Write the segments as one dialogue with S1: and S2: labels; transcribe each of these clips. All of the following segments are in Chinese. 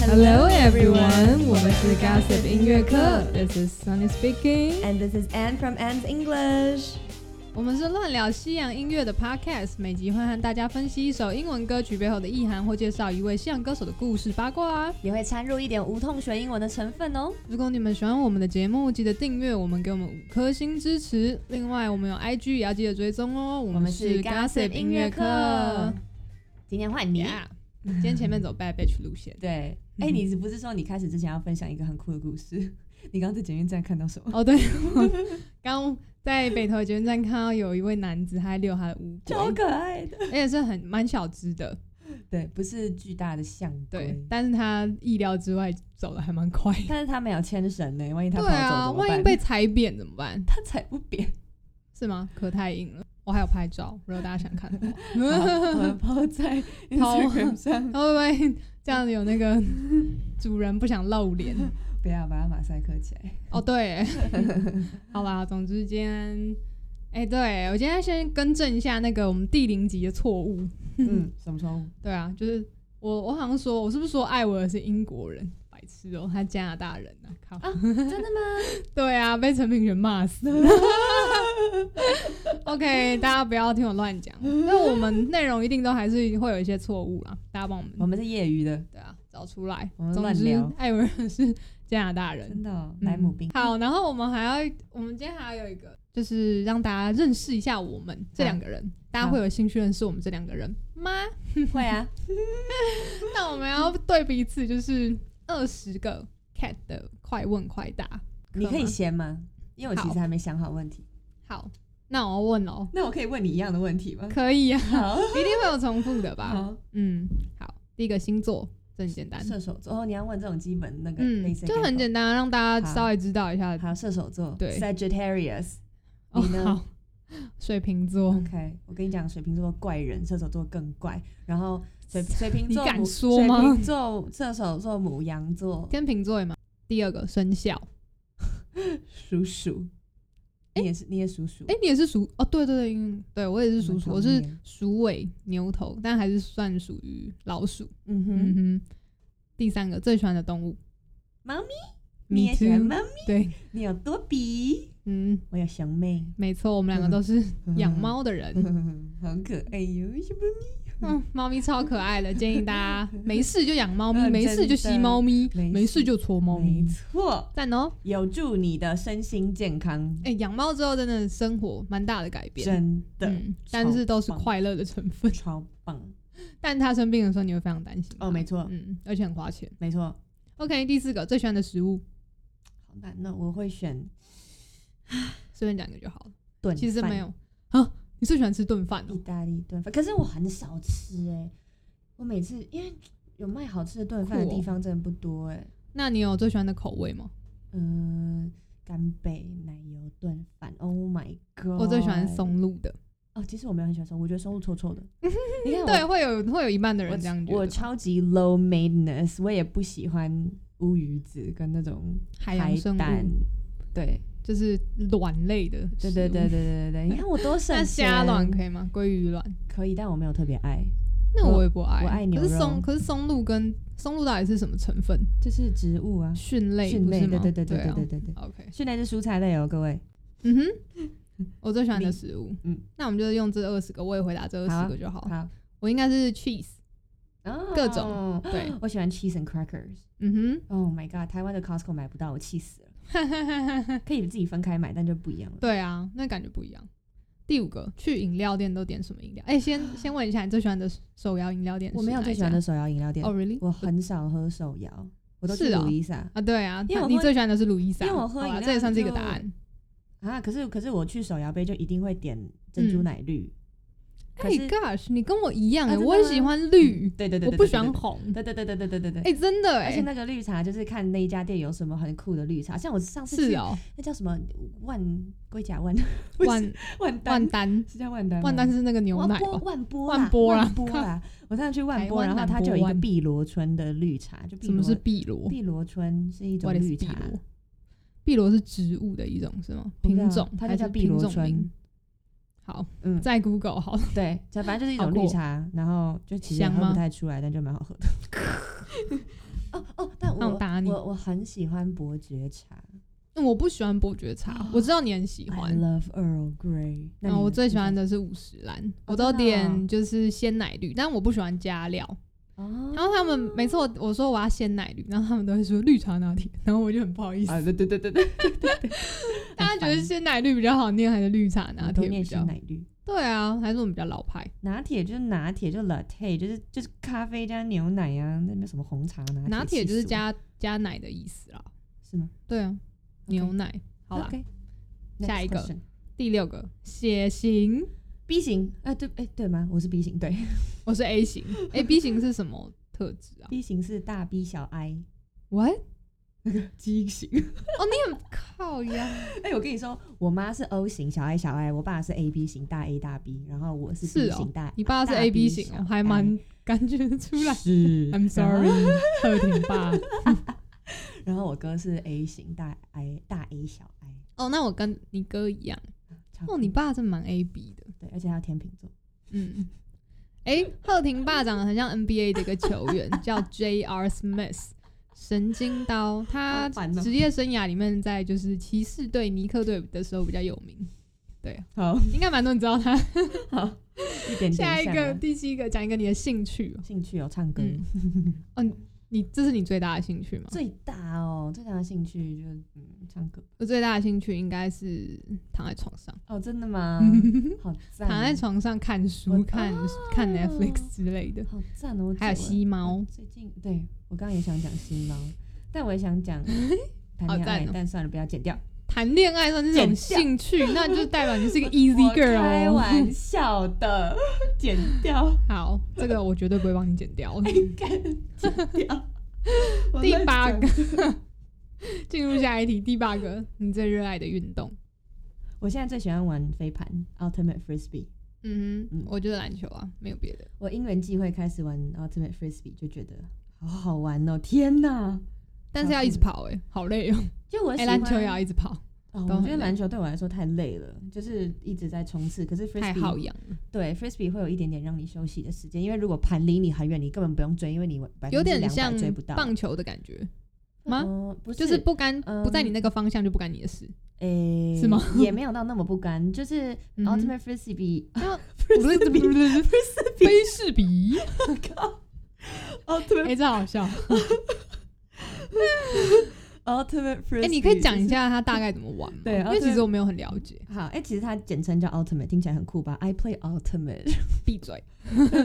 S1: Hello everyone，我们是 Gossip 音乐课，This is Sunny speaking。
S2: And this is Anne from Anne's English。
S1: 我们是乱聊西洋音乐的 Podcast，每集会和大家分析一首英文歌曲背后的意涵，或介绍一位西洋歌手的故事八卦。
S2: 也会掺入一点无痛学英文的成分哦。
S1: 如果你们喜欢我们的节目，记得订阅我们，给我们五颗星支持。另外，我们有 IG 也要记得追踪哦。我
S2: 我们是 Gossip 音乐课，今天换你。
S1: Yeah，今天前面走 Bad Bitch 路线。
S2: 对，哎、
S1: 嗯
S2: 你不是说你开始之前要分享一个很酷的故事？ 你刚刚在检阅站看到什 么？
S1: 哦，对，我刚在北投捷运站看到有一位男子，他在遛他的乌龟，
S2: 超可爱的。
S1: 而且是很蛮小只的，
S2: 对，不是巨大的象
S1: 对，
S2: 龟，
S1: 但是他意料之外走的还蛮快。
S2: 但是他没有牵绳呢，万一他
S1: 对
S2: 跑走怎么
S1: 啊，
S2: 办？
S1: 万一被踩扁怎么办？
S2: 他踩不扁，
S1: 是吗？壳太硬了。我还有拍照，如果大家想看的话，
S2: 好 我们抛在 Instagram 上，
S1: 他会不会 这样有那 个主人不想露脸？
S2: 不要把它马赛克起来。
S1: 哦， 对，好啦，总之今天，哎、对我今天先更正一下那个我们第零集的错误。
S2: 嗯，什么时候？
S1: 对啊，就是我，我好像说，我是不是说艾维尔是英国人？白痴哦、他加拿大人啊！靠，
S2: 真的吗？
S1: 对啊，被陈品璇骂死。OK，大家不要听我乱讲，那我们内容一定都还是会有一些错误啦，大家帮我们
S2: 我们是业余的，
S1: 对啊找出来
S2: 我。们哦
S1: 总
S2: 乱
S1: 之
S2: 聊，
S1: 艾维尔是 加拿大人
S2: 真。的哦
S1: 嗯
S2: 莱姆冰。
S1: 好，然后我们还要，我们今天还要有一个，就是让大家认识一下我们这两个人，大家会有兴趣认识我们这两个人吗？
S2: 会啊，
S1: 那我们要对彼此就是二十个 cat 的快问快答，
S2: 你可以
S1: 吗
S2: 先吗？因为我其实还没想好问题。
S1: 好，那我要问喽，
S2: 那我可以问你一样的问题吗？
S1: 可以啊，
S2: 好，
S1: 一定会有重复的吧？
S2: 好，
S1: 嗯，好，第一个星座，这很简单，
S2: 射手座。哦，你要问这种基本那个
S1: 嗯，
S2: basic，
S1: 就很
S2: info
S1: 简单，让大家
S2: 好
S1: 稍微知道一下。
S2: 好，射手座，
S1: 对
S2: ，Sagittarius。
S1: 哦，
S2: 你呢
S1: 好，水瓶座，
S2: OK，我跟你讲，水瓶座怪人，射手座更怪。然后 水水瓶
S1: 你
S2: 座母，
S1: 敢说吗
S2: 水瓶座、射手座、母羊 座，
S1: 天秤座也嘛。第二个生肖，
S2: 属鼠。你也是，你也属鼠。
S1: 哎、你也是属哦？对对对，嗯对我也是属鼠，
S2: 我
S1: 我
S2: 们
S1: 是
S2: 同年
S1: 鼠尾牛头，但还是算属于老鼠。
S2: 嗯
S1: 嗯
S2: 哼，
S1: 哼，第三个最喜欢的动物，
S2: 猫咪。你
S1: Me
S2: 也喜欢
S1: too
S2: 猫咪？
S1: 对，
S2: 你有多比？
S1: 嗯，
S2: 我有熊妹。
S1: 没错，我
S2: 嗯
S1: 们两个都是嗯养猫的人。
S2: 好可爱哟！是不是
S1: 嗯，猫咪超可爱的，建议大家没事就养猫咪，
S2: 嗯
S1: 没事就吸猫咪，
S2: 真的
S1: 没事就搓猫
S2: 没
S1: 咪，
S2: 错，
S1: 赞哦！
S2: 有助你的身心健康，
S1: 哎，养猫之后真的生活蛮大的改变，
S2: 真的、
S1: 嗯，但是都是快乐的成分。
S2: 超棒。
S1: 但它生病的时候，你会非常担心。
S2: 哦，没，错，
S1: 嗯，而且很花钱。
S2: 没错。
S1: OK，第四个最喜欢的食物，
S2: 好难哦，我会选
S1: 随便讲一个就好了。
S2: 炖哦饭，
S1: 其实没有啊，你最喜欢吃炖饭
S2: 意
S1: 哦？
S2: 大利炖饭，可是我很少吃哎、我每次因为有卖好吃的炖饭的
S1: 酷哦
S2: 地方真的不多哎、
S1: 那你有最喜欢的口味吗？
S2: 嗯、干贝奶油炖饭，Oh my god！
S1: 我最喜欢松露的。
S2: 哦，其实我没有很喜欢松，我觉得松露臭 臭的。你看我
S1: 对，会有会有一半的
S2: 我
S1: 人这样觉
S2: 我
S1: 得。
S2: 超级 low maintenance，我也不喜欢乌鱼子跟那种
S1: 海洋
S2: 海
S1: 哎生
S2: 胆
S1: 物。
S2: 对
S1: 就是卵类的
S2: 对
S1: 食物，
S2: 对对对对对对，你看我多省
S1: 那
S2: 钱。
S1: 虾卵可以吗？鲑鱼卵？
S2: 可以，但我没有特别爱，
S1: 那
S2: 我
S1: 我也不爱。
S2: 我爱牛
S1: 可是松，
S2: 肉
S1: 可是松露跟松露到底是什么成分？
S2: 就是植物啊，
S1: 蕈类，
S2: 蕈
S1: 不
S2: 类，
S1: 是
S2: 对
S1: 吗？
S2: 对对对
S1: 啊
S2: 对对对对，
S1: OK，
S2: 蕈类是蔬菜类哦，各位。
S1: 嗯哼， 我最喜欢的食物。
S2: 嗯，
S1: 那我们就用这二十个，我也回答这
S2: 好
S1: 二
S2: 啊
S1: 十个就好。
S2: 好，
S1: 我应该是 cheese，各种
S2: 哦
S1: 对，
S2: 我喜欢 cheese and crackers。
S1: 嗯
S2: Oh my god，台湾的 Costco 买不到，我气死了。
S1: 哼，
S2: 可以自己分开买，但就不一样了。
S1: 对啊，那感觉不一样。第五个，去饮料店都点什么饮料？哎，先先问一下，你最喜欢的手摇饮料店是
S2: 我没有最喜欢
S1: 哪
S2: 的
S1: 一家。
S2: 手摇饮料店
S1: 哦，，really？
S2: 我很少喝手摇，我都
S1: 是
S2: 去
S1: 哦
S2: 鲁伊莎。
S1: 啊，对啊，
S2: 因为我
S1: 你
S2: 喝
S1: 最喜欢的是鲁伊莎，
S2: 因为我喝
S1: 好啦
S2: 饮料
S1: 这也算是一个
S2: 就
S1: 答案。
S2: 啊，可是可是我去手摇杯就一定会点珍
S1: 嗯
S2: 珠奶绿，
S1: 哎
S2: 可是
S1: gosh，你跟我一样
S2: 啊
S1: 哎，
S2: 真的
S1: 我也喜欢绿，
S2: 嗯对对对，
S1: 我
S2: 对
S1: 不
S2: 对
S1: 喜欢红。
S2: 对对对对对对对对对。
S1: 哎，真的
S2: 而且
S1: 哎，
S2: 那个绿茶就是看那一家店有什么很酷的绿茶，像我上次
S1: 是
S2: 去
S1: 哦，
S2: 那叫什么万龟甲万不是
S1: 万
S2: 万
S1: 万
S2: 丹
S1: 丹，
S2: 是叫万丹吗
S1: 万丹是那个牛
S2: 万
S1: 奶哦
S2: 波
S1: 吧？
S2: 万波
S1: 万
S2: 啦
S1: 波啦
S2: 万波啦，我上次去万波，
S1: 台湾
S2: 然后它
S1: 南
S2: 就有一
S1: 波
S2: 个
S1: 湾
S2: 碧螺春的绿茶，就碧
S1: 什么
S2: 螺
S1: 是碧螺
S2: 碧螺春是一种
S1: ？What is
S2: 绿
S1: 碧
S2: 茶
S1: 螺？碧螺是植物的一种是吗？
S2: 我不知道
S1: 品种
S2: 它就
S1: 还是
S2: 叫碧螺
S1: 品种名
S2: 春。
S1: 好，
S2: 嗯
S1: 在 Google 好了，
S2: 对，它反正就是一
S1: 好
S2: 种绿
S1: 酷
S2: 茶，然后就其实
S1: 哦香
S2: 喝
S1: 吗
S2: 不太出来，但就蛮好喝的。哦哦，
S1: 那种打你
S2: 我我很喜欢伯爵茶
S1: 嗯我不喜欢伯爵茶，我知道你很喜
S2: ，I
S1: 欢。
S2: love Earl Grey 那你呢。
S1: 然后我最喜欢的是五十兰，我都
S2: 真的哦
S1: 点就是鲜奶绿，但我不喜欢加料。
S2: 哦，
S1: 然后他们每次我我说我要鲜奶绿，然后他们都会说绿茶拿铁，然后我就很不好意思。
S2: 啊，对对对对对，
S1: 哦 大家觉得鲜奶绿比较好念还是绿茶拿
S2: 拿铁
S1: 铁比
S2: 面
S1: 较
S2: 鲜？奶绿，
S1: 对啊，还是我们比较老派。
S2: 拿铁就是拿铁，就 latte，就是就是咖啡加牛奶啊，那边什么红茶拿铁，
S1: 拿铁就是
S2: 汽水
S1: 加加奶的意思啦。
S2: 是吗？
S1: 对啊，牛奶。好啦
S2: OK，
S1: 下
S2: next
S1: 一个
S2: question
S1: 第六个血型，
S2: B 型，啊对，哎对吗？我是 B 型，对
S1: 我是 A 型。A B 型是什么特质 啊
S2: ，B 型是大 B 小 I，
S1: 喂，
S2: 基因型。
S1: 哦，你很靠呀！
S2: 哎、我跟你说，我妈是 O 型小 I 小 I，我爸是 A B 型大 A 大 B，然后我是
S1: 是
S2: B
S1: 哦
S2: 型大，
S1: 你爸是
S2: 大哎
S1: A B 型
S2: 小
S1: 哦，还蛮感觉得出 来。
S2: 是
S1: I'm
S2: 然
S1: sorry，
S2: 后
S1: 贺廷 爸。
S2: 然后我哥是 A 型大 I 大 A 小 I，
S1: 哦，那我跟你哥一样。
S2: 差不
S1: 哦，
S2: 多
S1: 你爸真蛮 A B 的。
S2: 对，而且还有天秤座，
S1: 嗯，哎，贺廷霸长得很像 NBA 的一个球 员，叫 J.R. Smith，神经刀。他
S2: 好烦哦
S1: 职业生涯里面，在就是骑士队、尼克队的时候比较有名，
S2: 好
S1: 应该蛮多人知道他。
S2: 好，一点点
S1: 下一
S2: 像
S1: 个，
S2: 啊
S1: 第七个，讲一个你的兴趣 哦。
S2: 兴趣哦，唱歌、
S1: 嗯，哦，你你这是你最大的兴趣吗？
S2: 最大哦，最大的兴趣就是嗯唱歌
S1: 我最大的兴趣应该是躺在床上，
S2: 哦，真的 吗？好赞哦，
S1: 躺在床上看书、
S2: 我
S1: 看看 Netflix 之类的，
S2: 好赞哦，我
S1: 还有
S2: 久了
S1: 吸猫
S2: 我。最近对我刚刚也想讲新郎，但我也想 讲谈恋
S1: 好赞
S2: 爱
S1: 哦，
S2: 但算了，不要剪掉。
S1: 谈恋爱算是这种
S2: 剪掉
S1: 兴趣， 那就代表你是一个 easy girl
S2: 我开
S1: 哦。
S2: 玩笑的， 剪掉，
S1: 好，这个我绝对不会帮你剪掉。
S2: 剪掉。我
S1: 第
S2: 乱
S1: 八
S2: 讲
S1: 个，进入下一题。第八个，你最热爱的运动？
S2: 我现在最喜欢玩飞盘 （Ultimate Frisbee）。
S1: 嗯哼
S2: 嗯，
S1: 我觉得篮球啊，没有别的。
S2: 我因缘际会开始玩 Ultimate Frisbee，就觉得好好玩哦！天哪，
S1: 但是要一直跑、欸，哎，好累哦、
S2: 就我
S1: 哎、
S2: 喜欢
S1: 篮球也要一直跑，
S2: 哦，
S1: 都
S2: 我
S1: 很
S2: 觉得
S1: 累
S2: 篮球对我来说太累了，就是一直在冲刺。可是
S1: 太耗
S2: Frisbee
S1: 氧了，
S2: 对 Frisbee 会有一点点让你休息的时间，因为如果盘离你很远，你根本不用追，因为你百分
S1: 有
S2: 之
S1: 点
S2: 两
S1: 像
S2: 百追不到。
S1: 棒球的感觉，吗
S2: 嗯，不是，
S1: 就是不干、
S2: 嗯哦
S1: 不在你那个方向就不干你的事。
S2: 诶、
S1: 是吗？
S2: 也没有到那么不甘，就是
S1: 嗯哼
S2: Ultimate Frisbee
S1: 不是不是不是非是比，哎、
S2: Ultimate
S1: 这好笑。
S2: Ultimate Frisbee，
S1: 哎、你可以讲一下它大概怎么玩吗？
S2: 对哦
S1: 因为其
S2: 然后
S1: 实
S2: 就
S1: 我没有很了解。
S2: 好，哎、其实它简称叫 Ultimate，听起来很酷吧？I play Ultimate，
S1: 闭嘴。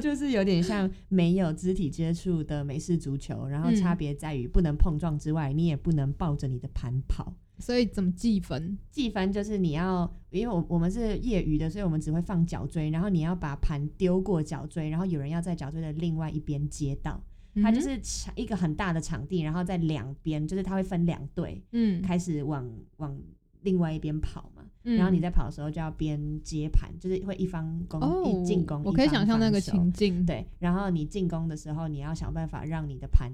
S2: 就是有点像没有肢体接触的美式足球，然后
S1: 嗯
S2: 差别在于不能碰撞之外，你也不能抱着你的盘跑。
S1: 所以怎么计分？
S2: 计分就是你要，因为我我们是业余的，所以我们只会放脚锥，然后你要把盘丢过脚锥，然后有人要在脚锥的另外一边接到。它就
S1: 嗯哼
S2: 是场一个很大的场地，然后在两边，就是它会分两队
S1: 嗯
S2: 开始往往另外一边跑嘛。
S1: 嗯
S2: 然后你在跑的时候就要边接盘，就是会一方攻、
S1: 哦
S2: 一进攻，
S1: 我
S2: 一
S1: 可以
S2: 方
S1: 想象那
S2: 防
S1: 个
S2: 守
S1: 情境。
S2: 对，然后你进攻的时候，你要想办法让你的盘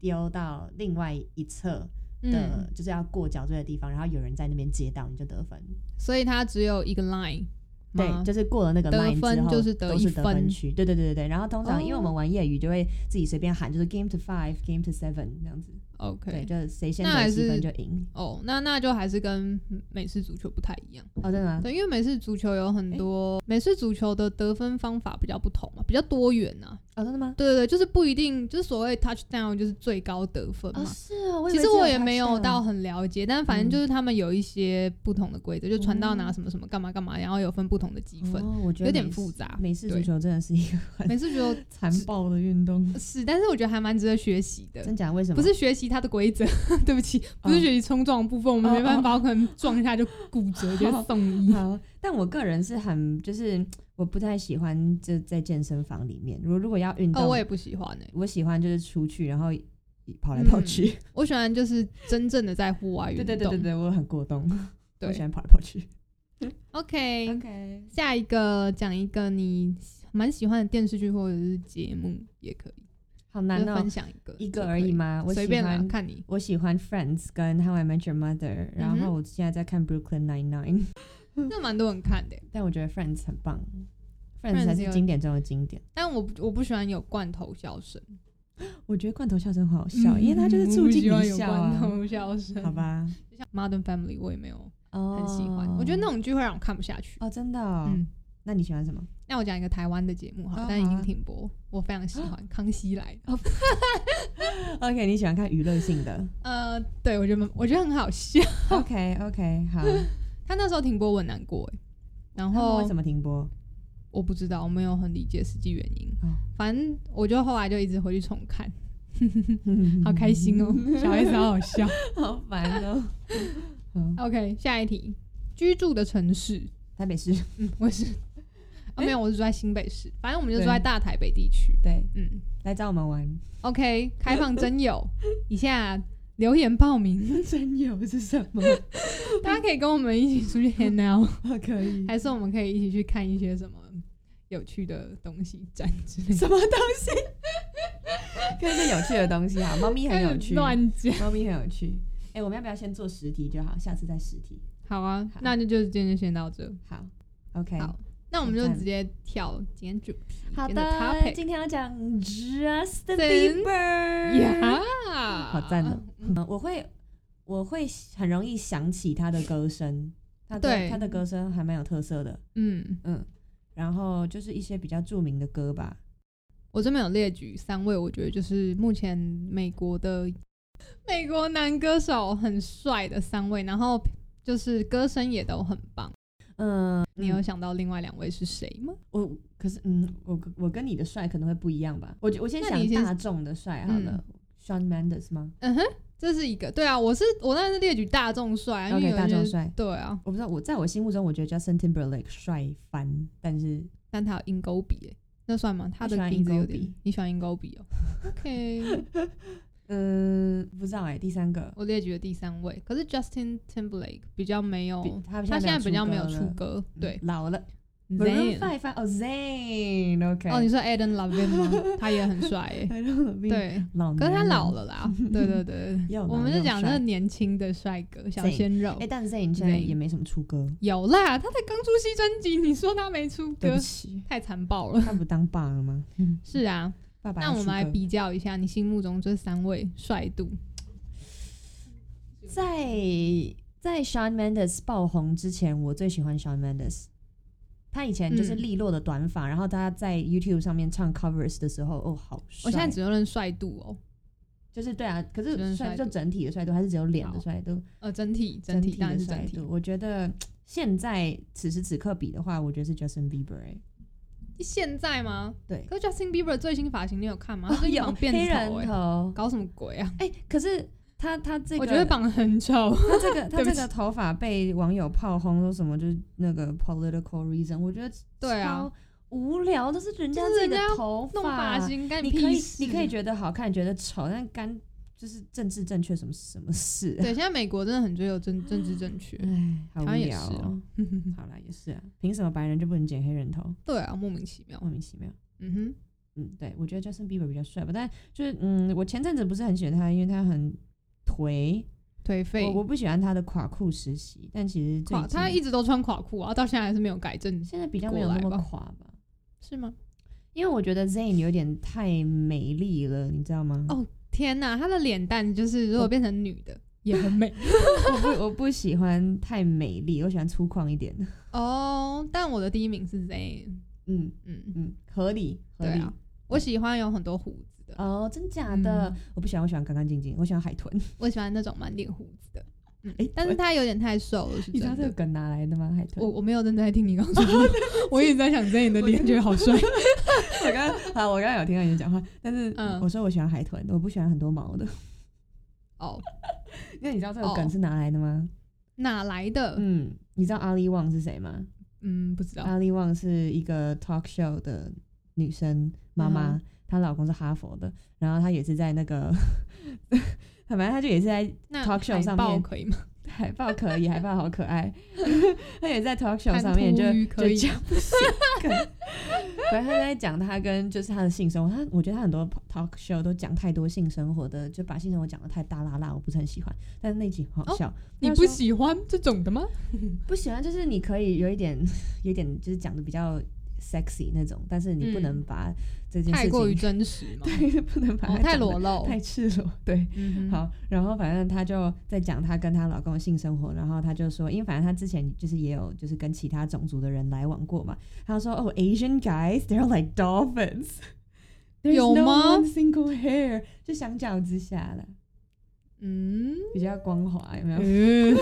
S2: 丢到另外一侧的，
S1: 嗯，
S2: 就是要过角锥的地方，然后有人在那边接到，你就得分。
S1: 所以它只有一个 line
S2: 对，
S1: 吗。
S2: 就是过了那个
S1: 得
S2: line
S1: 分
S2: 之后，
S1: 就是得
S2: 都
S1: 一
S2: 是得
S1: 分
S2: 分区。对对对对对。然后通常、因为我
S1: 哦
S2: 们玩业余，就会自己随便喊，就是 game to five, game to seven 这样子。对，
S1: OK，
S2: 就是谁先
S1: 那还
S2: 得七分
S1: 是
S2: 就赢。
S1: 哦，那那就还是跟美式足球不太一样。嗯
S2: 哦，真的吗？
S1: 对，因为美式足球有很多、美式足球的得分方法比较不同嘛，比较多元啊。
S2: 哦，真的吗？
S1: 对对对，就是不一定，就是所谓 touchdown 就是最高得分嘛。
S2: 是啊，我以
S1: 其
S2: 为
S1: 实
S2: 只
S1: 我
S2: 有
S1: 也没有
S2: touchdown
S1: 到很了解，但反正
S2: 嗯
S1: 就是他们有一些不同的规则，就传到拿
S2: 哦
S1: 什么什么干嘛干嘛，然后有分不同的积分，
S2: 哦，我觉得
S1: 有点
S2: 美式
S1: 复杂
S2: 美式足
S1: 对
S2: 球真的是一个 很
S1: 美式足球
S2: 残暴的运动，
S1: 是，但是我觉得还蛮值得学习的。
S2: 真假？为什么？
S1: 不是学习它的规则， 对不起，不是
S2: 哦
S1: 学习冲撞的部分，我们
S2: 哦
S1: 没办法，我可能撞一下就骨 折，就送 医。哦
S2: 好，但我个人是很，就是我不太喜欢就在健身房里面。如果如果要运动，
S1: 哦，我也不喜欢哎、
S2: 我喜欢就是出去，然后跑
S1: 嗯
S2: 来跑去。
S1: 我喜欢就是真正的在户外运
S2: 对
S1: 动。
S2: 对对对对，我很过动，
S1: 对
S2: 我喜欢跑来跑去。
S1: OK，
S2: OK，
S1: 下一个讲一个你蛮喜欢的电视剧或者是节目也可以，
S2: 好
S1: 就
S2: 难哦
S1: 分，享一个
S2: 一个而已
S1: 嘛，
S2: 吗？我
S1: 随
S2: 喜
S1: 便啦
S2: 欢，
S1: 看你。
S2: 我喜欢 Friends 跟 How I Met Your Mother，然
S1: 嗯哼
S2: 后我现在在看 Brooklyn Nine Nine，、
S1: 那蛮多人看的欸，
S2: 但我觉得 Friends 很棒
S1: Friends
S2: ，Friends 才
S1: 有
S2: 是经典中的经典。
S1: 但我不我不喜欢有罐头笑声，
S2: 我觉得罐头笑声很好笑，
S1: 嗯
S2: 因为它就是促进
S1: 我不喜
S2: 你
S1: 欢有
S2: 笑
S1: 罐
S2: 啊，
S1: 头笑声，
S2: 好？吧？
S1: 就像 Modern Family，我也没有
S2: 哦
S1: 很喜欢。我觉得那种剧会让我看不下去。
S2: 哦，真的哦、
S1: 嗯，
S2: 那你喜欢什么？
S1: 那我讲一个台湾的节目好了，
S2: 哦
S1: 但已
S2: 好
S1: 经
S2: 啊
S1: 停播。我非常喜欢《康熙来了》。
S2: OK，你喜欢看娱乐性 的。
S1: 呃，对我觉得我觉得很好笑。
S2: OK OK，好。
S1: 他那时候停播我很难过哎，然
S2: 然后
S1: 后
S2: 为什么停播？
S1: 我不知道，我没有很理解实际原因。
S2: 哦
S1: 反正我就后来就一直回去重看， 好开心哦，小 S 好 好笑。
S2: 好烦哦。好，
S1: OK，下一题，居住的城市，
S2: 台北市
S1: 嗯，我是，啊、没有，我是住在新北市，反正我们就
S2: 对
S1: 住在大台北地区。
S2: 对，
S1: 嗯
S2: 来找我们 玩。
S1: ，OK，开放征友，以下留言报 名，
S2: 真有是什 么？
S1: 大家可以跟我们一起出去 hang out，
S2: 可以。
S1: 还是我们可以一起去看一些什么有趣的东西展之类的。
S2: 什么东西？看一些有趣的东西哈，猫咪很有趣，猫
S1: 乱讲。
S2: 咪很有趣。哎、我们要不要先做实体就好？下次再实体。
S1: 好啊，
S2: 好
S1: 那就就是今天就先到这。
S2: 好，OK。
S1: 好那我们就
S2: 好赞
S1: 直接跳今天主题，
S2: 好
S1: 今天的
S2: 的，
S1: topic。
S2: 今天要讲 Justin
S1: Then-
S2: Bieber，、
S1: 呀，
S2: 好赞哦、
S1: 啊
S2: 嗯我会我会很容易想起他的歌声，他
S1: 对
S2: 的他的歌声还蛮有特色的，
S1: 嗯，
S2: 嗯。然后就是一些比较著名的歌吧，
S1: 我这边有列举三位，我觉得就是目前美国的美国男歌手很帅的三位，然后就是歌声也都很棒。
S2: 嗯，
S1: 你有想到另外两位是谁吗？
S2: 我可是嗯，我我跟你的帅可能会不一样吧。我我先
S1: 那
S2: 想
S1: 你先
S2: 大众的帅好了、s h a n Mendes 吗
S1: 嗯哼，这是一个。对啊，我是我当然是列举大众帅啊，因为
S2: ？OK，
S1: 有
S2: 大
S1: 一
S2: 众
S1: 些
S2: 帅，
S1: 对啊，
S2: 我不知道，我在我心目中我觉得 Justin Timberlake 帅翻，但是
S1: 但他有鹰钩鼻欸，那算吗？他的
S2: 喜欢鹰
S1: 鼻子
S2: 钩
S1: 有点
S2: 鼻，
S1: 你喜欢鹰钩鼻哦 ？OK，呃
S2: 嗯，不知道哎、第三个，
S1: 我列举了第三位，可是 Justin Timberlake 比较没有
S2: 比，他
S1: 哦他现在比较没有
S2: 出
S1: 出
S2: 歌
S1: 歌，
S2: 了，
S1: 对
S2: 嗯。老了。Maroon
S1: Zayn
S2: Five 翻哦 Zayn，OK，、
S1: 哦，你说 Adam Levine 吗？他也很帅耶，对，
S2: 老，
S1: 可是他老，了啦。对对对对对，
S2: 又老
S1: 我们就
S2: 又
S1: 讲
S2: 帅
S1: 那个年轻的帅哥小
S2: Zayn
S1: 鲜肉
S2: 哎、，但 Zayn 现在
S1: Zayn
S2: 也没什么出歌，
S1: 有啦，他才刚出新专辑，你说他没出
S2: 对
S1: 歌
S2: 不，起，
S1: 太残暴了。
S2: 他不当爸了吗？
S1: 是啊，
S2: 爸爸
S1: 那
S2: 要
S1: 我们
S2: 出
S1: 来
S2: 歌
S1: 比较一下你心目中这三位帅度。
S2: 在在 Shawn Mendes 爆红之前，我最喜欢 Shawn Mendes。他以前就是
S1: 嗯
S2: 利落的短发，然后他在 YouTube 上面唱 covers 的时候，哦，好帅！
S1: 我现在只认帅度哦，
S2: 就是对啊，可
S1: 只认
S2: 是
S1: 帅
S2: 帅
S1: 度
S2: 就整体的帅度，还是只有脸
S1: 好
S2: 的帅度？
S1: 呃，整体
S2: 整
S1: 整体当
S2: 的
S1: 然是整
S2: 帅
S1: 体
S2: 度，。我觉得嘖现在此时此刻比的话，我觉得是 Justin Bieber 哎、
S1: 现在吗？
S2: 对，
S1: 可是 Justin Bieber 最新发型你有 看吗？他最近
S2: 有
S1: 绑
S2: 黑
S1: 辫子
S2: 人
S1: 头欸，
S2: 头，
S1: 搞什么鬼啊？
S2: 哎、可是他他这个，
S1: 我觉得绑得 很丑。
S2: 他这个他
S1: 对不
S2: 这
S1: 起
S2: 个头发被网友炮轰，说什么就是那个 political reason，我觉得
S1: 对啊，
S2: 超无聊，都是人家
S1: 就是
S2: 自己
S1: 人
S2: 的
S1: 家
S2: 头
S1: 弄发
S2: 发，
S1: 型干
S2: 你可
S1: 屁
S2: 以
S1: 事？
S2: 你可以觉得好看，觉得丑，但干就是政治正确什么什么事、啊
S1: 对，，现在美国真的很追求政政治正确。
S2: 哎，好
S1: 台
S2: 无
S1: 湾也
S2: 聊、
S1: 是啊
S2: 哦。好啦，也是啊，凭什么白人就不能剪黑人头？
S1: 对啊，莫名其妙。
S2: 莫名其妙。
S1: 嗯哼，
S2: 嗯，对，我觉得 Justin Bieber 比较帅吧，但就是嗯，我前阵子不是很喜欢他，因为他很颓，
S1: 颓废
S2: 我。我不喜欢他的垮裤时期，但其实最
S1: 垮，
S2: 近
S1: 他一直都穿垮裤啊，到现在还是没有改正，
S2: 现在比较没有那
S1: 过来
S2: 么
S1: 吧
S2: 垮吧。
S1: 是吗？
S2: 因为我觉得 Zayn 有点太美丽了，你知道吗？
S1: 哦天哪，他的脸蛋就是如果
S2: 我
S1: 变成女的也很 美
S2: 我不我不喜欢太美丽，我喜欢粗犷一点的。
S1: 哦。但我的第一名是 Zayn，
S2: 嗯
S1: 嗯，
S2: 嗯，合理合
S1: 对
S2: 理。
S1: 啊我喜欢有很多胡子的，
S2: 哦，真假的？
S1: 嗯
S2: 我不喜欢，我喜欢干干净净，我喜欢海 豚。
S1: 我喜欢那种满脸胡子的，嗯
S2: 诶，
S1: 但是
S2: 我
S1: 他有点太瘦了，是
S2: 你知道
S1: 真
S2: 这个
S1: 的。
S2: 梗哪来的吗？海豚。
S1: 我我没有认真在听你刚说什么， 我一直在想 Zayn 的脸，觉得好帅。
S2: 我刚刚好，我刚刚有听到你讲话，但是
S1: 嗯
S2: 我说我喜欢海豚，我不喜欢很多毛的。
S1: 哦，
S2: 那你知道这
S1: 哦
S2: 个梗是哪来的吗？
S1: 哪来的？
S2: 嗯，你知道阿里旺是谁吗？
S1: 嗯，不知道。
S2: 阿里旺是一个 talk show 的女生妈妈，
S1: 嗯
S2: 她老公是哈佛的，然后她也是在那个， 反正她就也是在
S1: 那
S2: talk show
S1: 海
S2: 上
S1: 报
S2: 面
S1: 可以吗？
S2: 海报可以，海报好可爱， 她也在 talk show
S1: 看
S2: 上面
S1: 秃
S2: 就
S1: 鱼可以
S2: 就讲不行，反正她在讲她跟就是她的性生活，她我觉得她很多 talk show 都讲太多性生活的，就把性生活讲的太大啦啦，我不是很喜欢，但是那集很好
S1: 哦
S2: 笑，
S1: 你
S2: 她
S1: 不
S2: 说
S1: 喜欢这种的吗？
S2: 不喜欢，就是你可以有一点，有一点就是讲的比较 sexy 那种，但是你不能
S1: 嗯
S2: 把这件事
S1: 太
S2: 情
S1: 过于真实 嘛，
S2: 对，不能把它
S1: 哦，太
S2: 讲得
S1: 裸露，
S2: 太赤裸， 对。
S1: 嗯哼，
S2: 好，然后反正她就在讲她跟她老公的性生活，然后她就说，因为反正她之前就是也有就是跟其他种族的人来往过嘛，她说哦、a s i a n guys they're like dolphins，There's
S1: 有
S2: no
S1: 吗
S2: one single hair，就相较之下了，
S1: 嗯，
S2: 比较光滑，有没有？
S1: 嗯，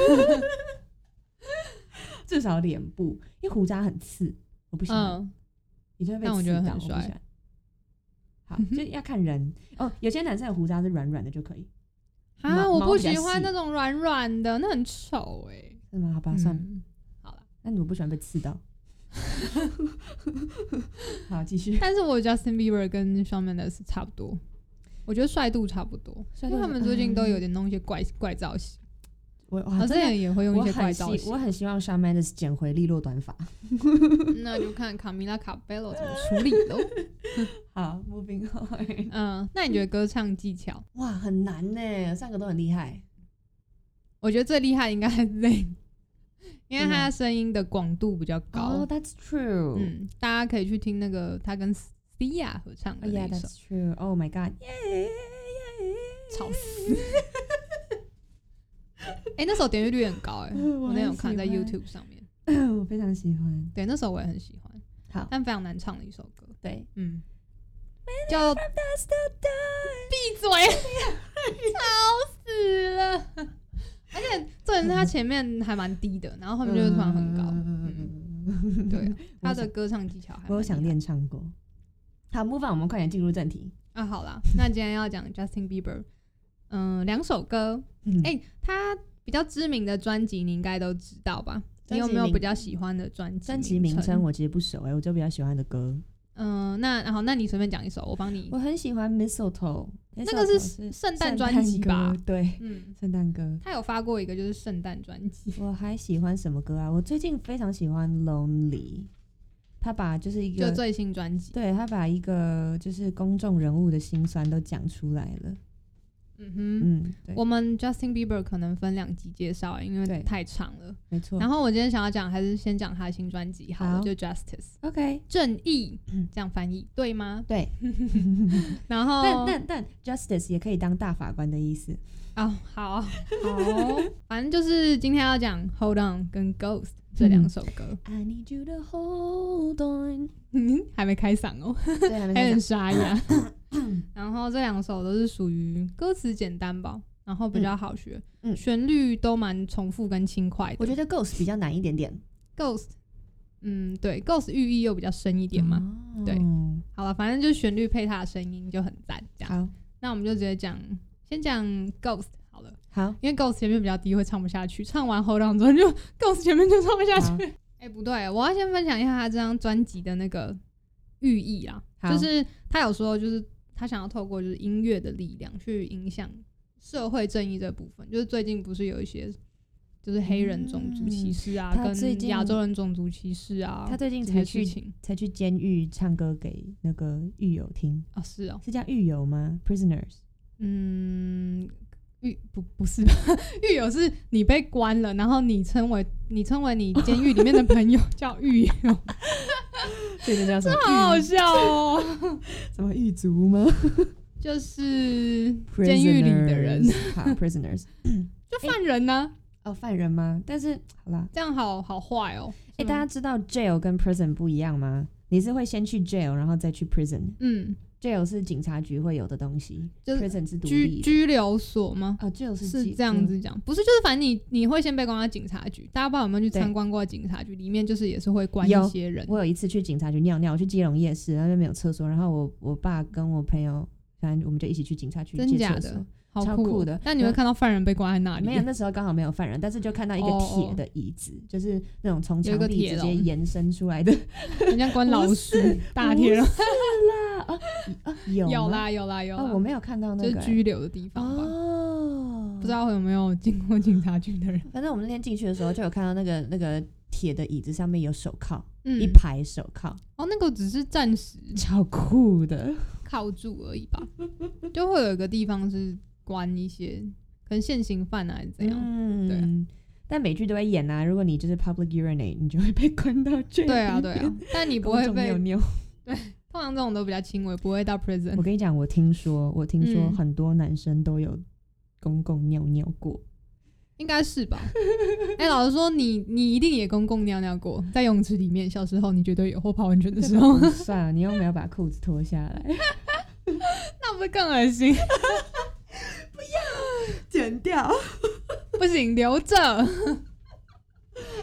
S2: 至少脸部，因为胡渣很刺，我不喜欢，
S1: 嗯，
S2: 你就会被
S1: 但我
S2: 刺
S1: 觉
S2: 到，
S1: 得很
S2: 我不喜
S1: 帅
S2: 欢。好，就要看人哦。有些男生的胡渣是软软的就可以，
S1: 啊，
S2: 毛
S1: 我
S2: 毛
S1: 不
S2: 比较
S1: 喜欢
S2: 细
S1: 那种软软的，那很丑哎、
S2: 是吗？好吧，算了。
S1: 嗯好了，
S2: 那我不喜欢被刺到。 好，继续。
S1: 但是我 Justin Bieber 跟 Shawn Mendes 差不多，我觉得帅度差不多，
S2: 帅
S1: 因
S2: 度
S1: 为他
S2: 是
S1: 们最近都有
S2: 嗯
S1: 点弄一些怪怪造型，
S2: 我哇
S1: 好像
S2: 真的
S1: 也会用
S2: 我
S1: 一些怪
S2: 很
S1: 造
S2: 希
S1: 型
S2: 我。很希望 Shawn Mendes 捡回利落短发。
S1: 那就看卡米拉卡贝洛 怎么处理喽。
S2: 好，Moving on。
S1: 嗯，那你觉得歌唱技巧？
S2: 哇，很难呢，三个都很厉害。
S1: 我觉得最厉害应该是 Zayn，因为
S2: 真的
S1: 他声音的广度比较
S2: 哦
S1: 高。
S2: ，That's true。
S1: 嗯，大家可以去听那个他跟 Sia 合唱的
S2: Oh yeah,
S1: 那一首。
S2: that's true. Oh my god.
S1: 吵死！哎、那时候点阅率很高 哎、
S2: 嗯我
S1: 我那天有
S2: 很
S1: 看
S2: 喜
S1: 在
S2: 欢
S1: YouTube 上面。
S2: 我非常喜欢。
S1: 对，那时候我也很喜欢，
S2: 好，
S1: 但非常难唱的一首歌。
S2: 对，
S1: 嗯，叫闭嘴， 吵死了！而且这人他前面还蛮低的，然后后面就会突然很高。嗯，
S2: 嗯
S1: 对啊，他
S2: 我
S1: 的
S2: 想
S1: 歌唱技巧还
S2: 我有
S1: 蛮
S2: 想
S1: 厉害
S2: 练唱歌。好，Move on，我们快点进入正题。
S1: 啊。好啦，那今天要讲 Justin Bieber，嗯、两首歌，
S2: 嗯
S1: 哎、他比较知名的专辑你应该都知道吧？你有没
S2: 专
S1: 有
S2: 辑名
S1: 比较喜欢的专辑？
S2: 专辑名称？我其实不熟哎、我就比较喜欢的歌，
S1: 嗯、那然后那你随便讲一首，我帮你
S2: 我。很喜欢 Mistletoe，
S1: 那个
S2: Mistletoe
S1: 是
S2: 是
S1: 圣诞专辑吧
S2: 圣诞？歌对，
S1: 嗯，
S2: 圣诞歌。
S1: 他有发过一个就是圣诞专辑。
S2: 我还喜欢什么歌啊？我最近非常喜欢 Lonely，他把就是一
S1: 就
S2: 个
S1: 最新专辑。
S2: 对他把一个就是公众人物的辛酸都讲出来了。
S1: 嗯哼，
S2: 嗯，对，
S1: 我们 Justin Bieber 可能分两集介绍，因
S2: 对
S1: 为太长了。
S2: 没错。
S1: 然后我今天想要讲，还是先讲他的新专辑好
S2: 好嗯
S1: 了，就 Justice
S2: OK，
S1: 正义这样翻译对吗？
S2: 对。
S1: 然后
S2: 嗯但但但 Justice 也可以当大法官的意思。
S1: 哦，好好，反正就是今天要讲 Hold On 跟 Ghost 这两首歌，
S2: I need you to hold on。
S1: 嗯， 还没开嗓哦，
S2: 对，还没
S1: 还
S2: 开
S1: 很
S2: 始
S1: 沙哑。 然后这两首都是属于歌词简单吧，然后比较好学，
S2: 嗯嗯
S1: 旋律都蛮重复跟轻快的。
S2: 我觉得 Ghost 比较难一点点。
S1: Ghost，嗯，对，Ghost 寓意又比较深一点
S2: 嗯
S1: 嘛。
S2: 哦
S1: 对
S2: 对，
S1: 好了，反正就是旋律配它的声音就很赞，这样。
S2: 好，
S1: 那我们就直接讲，先讲 Ghost 好了，
S2: 好，
S1: 因为 Ghost 前面比较低，会唱不下去。唱完 Hold On 之后，就 Ghost 前面就唱不
S2: 啊
S1: 下
S2: 嗯
S1: 去。哎、不对，我要先分享一下他这张专辑的那个寓意啊，
S2: 好
S1: 就是他有说，就是他想要透过就是音乐的力量去影响社会正义这部分，就是最近不是有一些。就是黑人种族歧视啊，
S2: 他最
S1: 跟
S2: 近
S1: 亚洲人种族歧视啊，
S2: 他最近
S1: 这
S2: 才
S1: 些事
S2: 去
S1: 情
S2: 才去监狱唱歌给那个狱友听，
S1: 啊、是哦，
S2: 是叫狱友吗？Prisoners。
S1: 嗯，狱不不是吧？ 狱友是你被关了，然后你称为你称为你监狱里面的朋友叫狱 友，
S2: 这个叫什么
S1: 好好笑哦。
S2: 什么狱卒 吗？
S1: 就是监狱里的人，
S2: Prisoners，好，prisoners
S1: 就犯人呢、
S2: 哦，犯人吗？但是好啦，
S1: 这样好好坏哦。
S2: 哎，
S1: 是吗
S2: 大家知道 jail 跟 prison 不一样吗？你是会先去 jail，然后再去 prison。
S1: 嗯，
S2: jail 是警察局会有的东西
S1: 就是
S2: prison 是独
S1: 拘
S2: 立的。
S1: 拘留所吗？
S2: 啊，jail
S1: 是
S2: 几嗯
S1: 这样，子讲，不是就是反正你你会先被关到警察局，大家不知道有没有去
S2: 对
S1: 参观过警察局？里面就是也是会关
S2: 有
S1: 一些人，
S2: 我有一次去警察局尿尿，我去基隆夜市，那边没有厕所，然后我我爸跟我朋友，反正我们就一起去警察局
S1: 真
S2: 借
S1: 假
S2: 厕
S1: 的
S2: 所。
S1: 好
S2: 超
S1: 酷
S2: 酷
S1: 哦
S2: 的
S1: 但你会
S2: 那
S1: 看到犯人被关在那里，
S2: 没有，那时候刚好没有犯人，但是就看到一个
S1: 哦哦
S2: 铁的椅子，就是那种从
S1: 有一
S2: 墙
S1: 个
S2: 壁
S1: 铁
S2: 直
S1: 笼
S2: 接延伸出 来的哦
S1: 人家关老
S2: 不
S1: 鼠
S2: 是
S1: 大铁笼。
S2: 啦。啊，有
S1: 有
S2: 吗？
S1: 啦有啦有啦，
S2: 哦，我没有看到那
S1: 就
S2: 个欸
S1: 是拘留的地方吧。
S2: 哦，
S1: 不知。道有没有 经过警察局的人，
S2: 反正我们那天进去的时候，就有看到那个那个铁的椅子上面有手铐，
S1: 嗯
S2: 一排手铐，
S1: 哦，那个只是暂时
S2: 超酷的。
S1: 铐住而已 吧，就会有一个地方是关一些可能现行犯啊，还是怎样？
S2: 嗯，但美剧都会演啊，如果你就是 public urinate，你就会被关到监狱。
S1: 对啊，对 啊，但你
S2: 你
S1: 不会被
S2: 扭，扭。
S1: 通常这种都比较轻微，不 会到 prison
S2: 我。跟你讲，我听说，我听说
S1: 嗯
S2: 很多男生都有公共尿尿过。
S1: 应该 是吧？哎、老实说你，你一定也公共尿尿过，在游泳池里面，小时候你绝对有，或泡温泉的 时 候，
S2: 哦算了，你又没有把裤子脱下来，
S1: 那不是更恶心？
S2: 剪掉。
S1: 不行，留 着。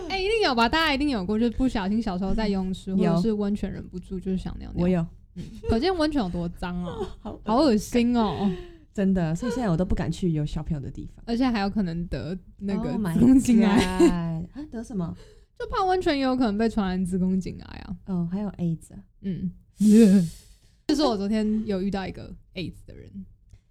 S1: 哎、一定有吧？大家一定有过，就是不小心小时候在游泳池或者
S2: 有
S1: 是温泉忍不住就是想尿尿。
S2: 我，有，
S1: 可见温泉有多 脏哦，
S2: 好
S1: 好恶心哦，
S2: 真的，所以现在我都不敢去有小朋友的地方。
S1: 而且还有可能得那个
S2: Oh my
S1: 子宫颈癌
S2: God 啊，得什么？
S1: 就泡温泉也有可能被传染子宫颈癌啊。
S2: 哦，还有 AIDS，、啊、
S1: 嗯，就是我昨天有遇到一个 AIDS 的人，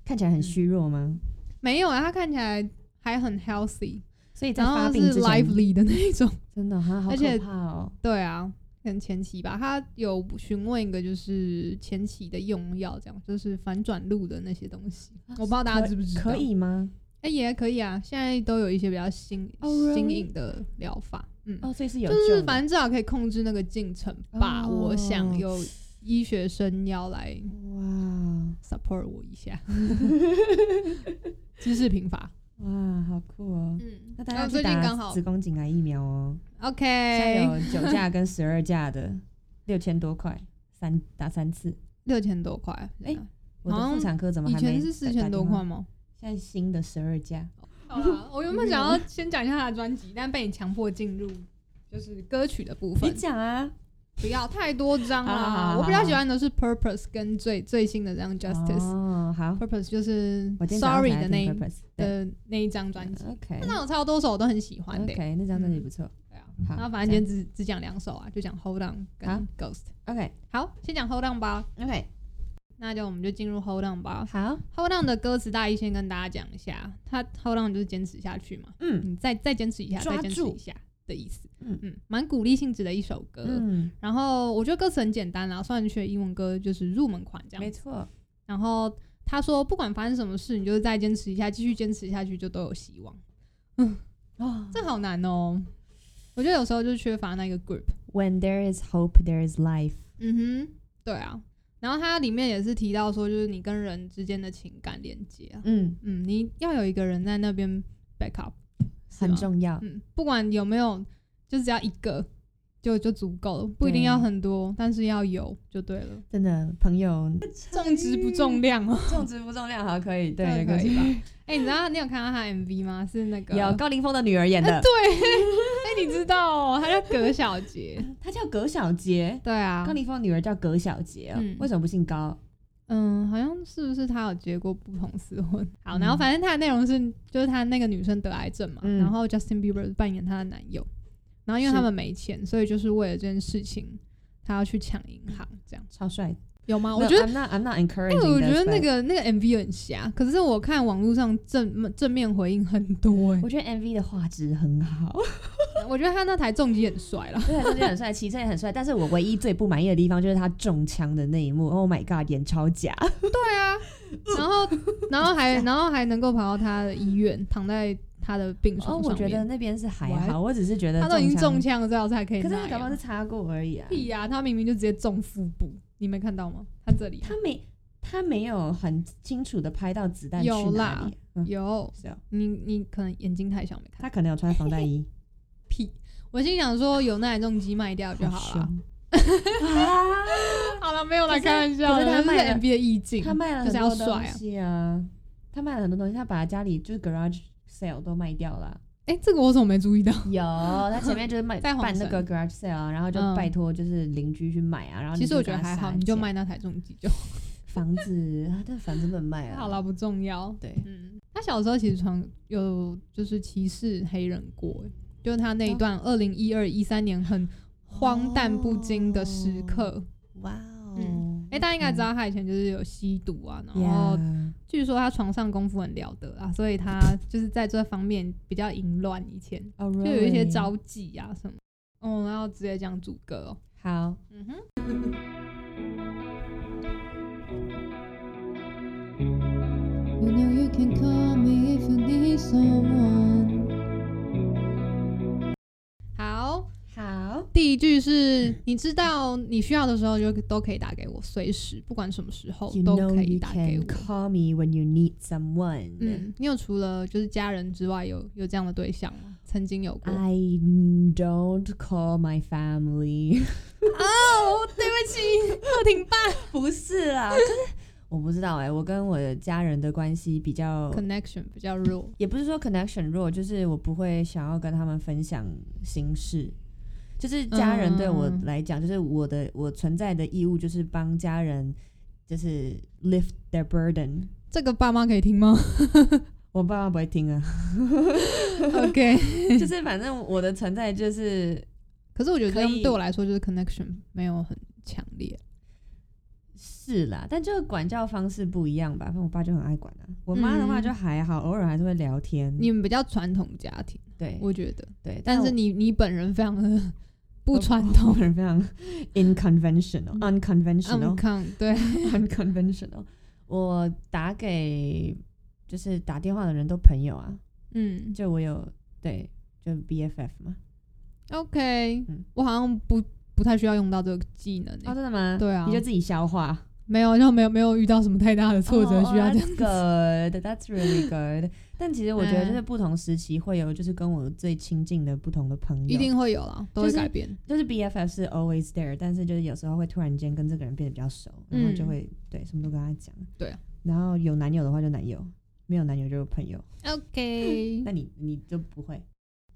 S2: 看起来很虚弱吗？
S1: 没有啊，他看起来还很 healthy，
S2: 所以在
S1: 然
S2: 发
S1: 后
S2: 病
S1: 是
S2: 之前，
S1: lively 的那种。
S2: 真的哈，好
S1: 而且
S2: 可怕哦。
S1: 对啊，很前期吧，他有询问一个就是前期的用药，这样就是反转录的那些东西，我不知道大家知不知道。
S2: 啊可，以吗？
S1: 哎、也可以啊，现在都有一些比较新、
S2: Oh, really？
S1: 新颖的疗法，嗯，
S2: 哦，所以是有
S1: 就
S2: 救
S1: 是
S2: 的
S1: 反正至少可以控制那个进程吧。
S2: 哦
S1: 我想有医学生要来
S2: 哇
S1: support 我 一下，知识贫乏，
S2: 哇，好酷哦！
S1: 嗯，
S2: 那大
S1: 然
S2: 家
S1: 后
S2: 去
S1: 最近
S2: 打
S1: 刚好哎
S2: 子宫颈癌疫苗哦，现在
S1: OK
S2: 有九价跟十二价的， 六千多块，三打三次。
S1: 六千多块，
S2: 哎
S1: 真的
S2: 我的
S1: 好像
S2: 妇产科怎么
S1: 以
S2: 还没
S1: 前是四
S2: 打
S1: 千多，
S2: 打电
S1: 块
S2: 话
S1: 吗？
S2: 现在新的十二价，
S1: 好啦，我原 本想要先讲一下他的专辑，但被你强迫进入就是歌曲的部
S2: 你
S1: 分，
S2: 讲啊
S1: 不要太多张
S2: 好好好
S1: 啦。
S2: 好
S1: 我比较喜欢的是 Purpose 跟最最新的这张 Justice。
S2: 哦，好，
S1: Purpose 就是
S2: 我今天早上
S1: Sorry
S2: 才来
S1: 的那
S2: 听
S1: 一
S2: Purpose，对
S1: 的那一张专辑，
S2: ，OK
S1: 那有超多首我都很喜欢的。
S2: OK，那张专辑不错
S1: 对啊，
S2: 好
S1: 然后反正今天只只讲两首啊，就讲 Hold On 跟
S2: 好
S1: Ghost。
S2: ，OK
S1: 好，先讲 Hold On 吧，
S2: OK，
S1: 那就我们就进入 Hold On 吧。
S2: 好，
S1: Hold On 的歌词大意先跟大家讲一下，它 Hold On 就是坚持下去嘛，
S2: 嗯
S1: 你再再坚持一下，
S2: 抓
S1: 再坚持
S2: 住
S1: 一下的意思。
S2: 嗯
S1: 嗯蛮鼓励性质的一首歌。
S2: 嗯，
S1: 然后我觉得歌词很简单啊啦，算学英文歌就是入门款这
S2: 没
S1: 样子。
S2: 错，
S1: 然后他说，不管发生什么事，你就是再坚持一下，继续坚持下去，就都有希望。
S2: 哦
S1: 这好难哦、我觉得有时候就缺乏那个 group。
S2: ，When there is hope, there is life，
S1: 嗯哼，对啊。然后它里面也是提到说，就是你跟人之间的情感连接啊，
S2: 嗯，
S1: 嗯，你要有一个人在那边 back up，是
S2: 很
S1: 吗
S2: 重要，
S1: 嗯，不管有没有，就只要一个就就足够了，不一定要很多，但是要有就对了。
S2: 真的，朋友，
S1: 重质不重量 哦，
S2: 重质不重量，好，可以，对，
S1: 这
S2: 没
S1: 个
S2: 关
S1: 可
S2: 系
S1: 以吧？哎、你知道你有看到他的 MV 吗？是那 个
S2: 有高凌风的女儿演 的，
S1: 哎、你知道哦，他叫葛小杰。
S2: 她叫葛小杰，
S1: 对啊
S2: 高，凌风女儿叫葛小杰哦
S1: 嗯，
S2: 为什么不姓高？
S1: 嗯，好像是不是他有结过不同私婚？好，
S2: 嗯
S1: 然后反正他的内容是，就是他那个女生得癌症嘛，
S2: 嗯
S1: 然后 Justin Bieber 扮演她的男友，然后因为他
S2: 是
S1: 们没钱，所以就是为了这件事情，他要去抢银行，这样
S2: 超帅的，
S1: 有吗？我
S2: No，
S1: 觉得
S2: I'm not I'm not
S1: 哎、
S2: encouraging，
S1: 我觉
S2: this,
S1: 得那
S2: but-
S1: 个那个 MV 很瞎，可是我看网络上正正面回应很多哎、
S2: 我觉得 MV 的画质很好，
S1: 我觉得他那台重机很帅啦，
S2: 对，真的很帅，骑车也很帅。但是我唯一最不满意的地方就是他中枪的那一幕，Oh my god，演超假。
S1: 然后然 后
S2: 啊
S1: 还然后还能够跑到他的医院，躺在他的病
S2: 哦，
S1: 床
S2: 我
S1: 上
S2: 觉
S1: 面，
S2: 得那边是还
S1: 我还
S2: 好，我只是觉得
S1: 他都已经中
S2: 中
S1: 枪了，最好是还可以
S2: 枪，
S1: 那
S2: 可是
S1: 样。
S2: 他搞不好是擦过而已啊。
S1: 屁呀、他明明就直接中腹部，你没看到吗？他这里啊
S2: 他没他没有很清楚的拍到子弹去
S1: 有
S2: 哪
S1: 啦
S2: 里，嗯，
S1: 有
S2: 是哦，
S1: 你你可能眼睛太小没看
S2: 他可能有穿防弹衣，
S1: 屁。我心想说有那台重机卖掉 就好了。
S2: 凶啊！
S1: 好了，没有
S2: 可
S1: 啦，
S2: 是
S1: 开玩笑
S2: 可
S1: 的，
S2: 是他
S1: 这
S2: 卖了
S1: MV 的意境。
S2: 他卖了
S1: 就
S2: 很
S1: 是要
S2: 多东
S1: 帅啊
S2: 西啊，他卖了很多东西，他把家里就是 garage sale 都卖掉 了啊。
S1: 哎、这个我怎么没注意到？
S2: 有，他前面就是卖
S1: 在红
S2: 办那
S1: 绳
S2: 个 garage sale，啊然后就
S1: 嗯
S2: 拜托就是邻居去买啊，然后
S1: 其
S2: 你
S1: 实
S2: 就
S1: 我觉得
S2: 跟他
S1: 还好，
S2: 杀
S1: 你就
S2: 价
S1: 卖那台重机就好。
S2: 房子，啊但房子不能卖啊。
S1: 好了，，不重要。
S2: 对，
S1: 嗯，他小时候其实常有就是歧视黑人过，欸就是他
S2: 哦
S1: 那一段二零一二一三年很荒诞不经的时刻。
S2: 哇哦
S1: 嗯哎、大家应该知道他以前就是有吸毒啊，然后
S2: 呀，
S1: 据说他床上功夫很了得啊，所以他就是在这方面比较淫乱，以前
S2: 就
S1: 就有一些招妓啊什么。哦，然后直接讲主歌哦。
S2: 好，
S1: 嗯哼。You know you can call me if you need someone. 一句是：你知道你需要的时候就都可以打给我，随时不管什么时候
S2: You
S1: 哦都
S2: know
S1: 可以
S2: you
S1: 打给
S2: can
S1: 我。
S2: call me when you need someone.
S1: 嗯，你有除了就是家人之外有有这样的对象吗？曾经有过？
S2: I don't call my family.
S1: 哦，对不 起，特挺爸
S2: 不是啦，就是我不知道哎、我跟我的家人的关系比较，
S1: connection 比较弱。
S2: 也不是说 connection 弱，就是我不会想要跟他们分享心事。就是家人对我
S1: 嗯
S2: 来讲，就是我的我存在的义务就是帮家人，就是 lift their burden。
S1: 这个爸妈可以听 吗
S2: 我爸妈不会听啊，
S1: ？OK，
S2: 就是反正我的存在就是
S1: 可是我觉得
S2: 可以嗯
S1: 对我来说就是 connection 没有很强烈。
S2: 是啦，但就是管教方式不一样吧。反正我爸就很爱管啊，我妈的话
S1: 嗯
S2: 就还好，偶尔还是会聊天。
S1: 你们比较传统家庭，
S2: 对
S1: 我觉得，
S2: 对，
S1: 但是
S2: 我
S1: 你你本人非常的不传
S2: 我
S1: 统。
S2: 本人非 常 unconventional、
S1: 嗯，
S2: unconventional、
S1: 看对，
S2: unconventional。我打给就是打电话的人都朋友啊，
S1: 嗯
S2: 就我有对，就 BFF 嘛。
S1: ，OK，
S2: 嗯
S1: 我好像不不太需要用到这个技能欸、
S2: 哦，真的吗？
S1: 对啊
S2: 你就自己消化。
S1: 没有，就没有没有遇到什么太大的挫
S2: 哦
S1: 折需要这
S2: 样、
S1: 样。
S2: Good, that's really good。但其实我觉得
S1: 嗯
S2: 就是不同时期会有，就是跟我最亲近的不同的朋友，
S1: 一定会有啦，都会
S2: 就是
S1: 改变。
S2: 就是 BFF 是 always there，但是就是有时候会突然间跟这个人变得比较熟，然后就
S1: 嗯
S2: 会、对什么都跟他讲。
S1: 对啊
S2: 然后有男友的话就男友，没有男友就是朋友。
S1: OK，
S2: 那你你就不会？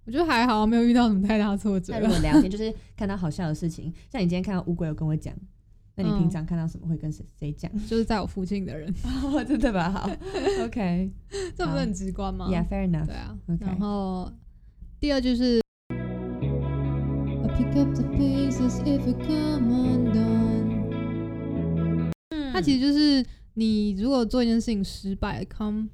S1: 我觉得还好，没有遇到什么太大的挫折
S2: 那。如果聊天就是看到好笑的事情，像你今天看到乌龟有跟我讲，那你
S1: 嗯
S2: 平常看到什么会跟谁谁讲？
S1: 就是在我附近的人，
S2: 哦，真的吧？好，OK，Yeah，fair、
S1: 这不是很直观吗？
S2: enough
S1: 对。啊
S2: OK
S1: 然后第二就是 I pick up the pieces if you come undone 它嗯其实就是你如果做一件事情失败，come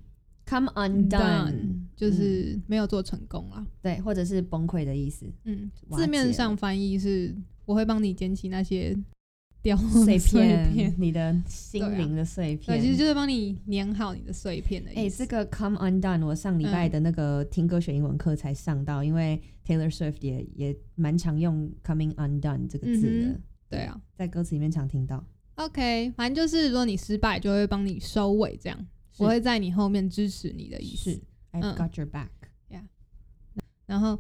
S2: come undone
S1: Done，就是没有做成功啦。
S2: 对，或者是崩溃的意思，
S1: 嗯，
S2: 瓦解
S1: 字
S2: 了
S1: 面上翻译是我会帮你捡起那些掉落
S2: 碎
S1: 的
S2: 片，
S1: 片。
S2: 你的心
S1: 对啊
S2: 灵的碎片。
S1: 对，其实就是帮你粘好你的碎片的
S2: 哎、
S1: 意思。
S2: 这个 Come Undone，我上礼拜
S1: 嗯
S2: 的那个听歌学英文课才上到，因为 Taylor Swift 也也蛮常用 Coming Undone 这个字的，
S1: 嗯哼对啊
S2: 在歌词里面常听到。
S1: ，OK，反正就是如果你失败，就会帮你收尾，这样
S2: 是
S1: 我会在你后面支持你的意思
S2: 是。I've
S1: 嗯
S2: got your back。
S1: 然后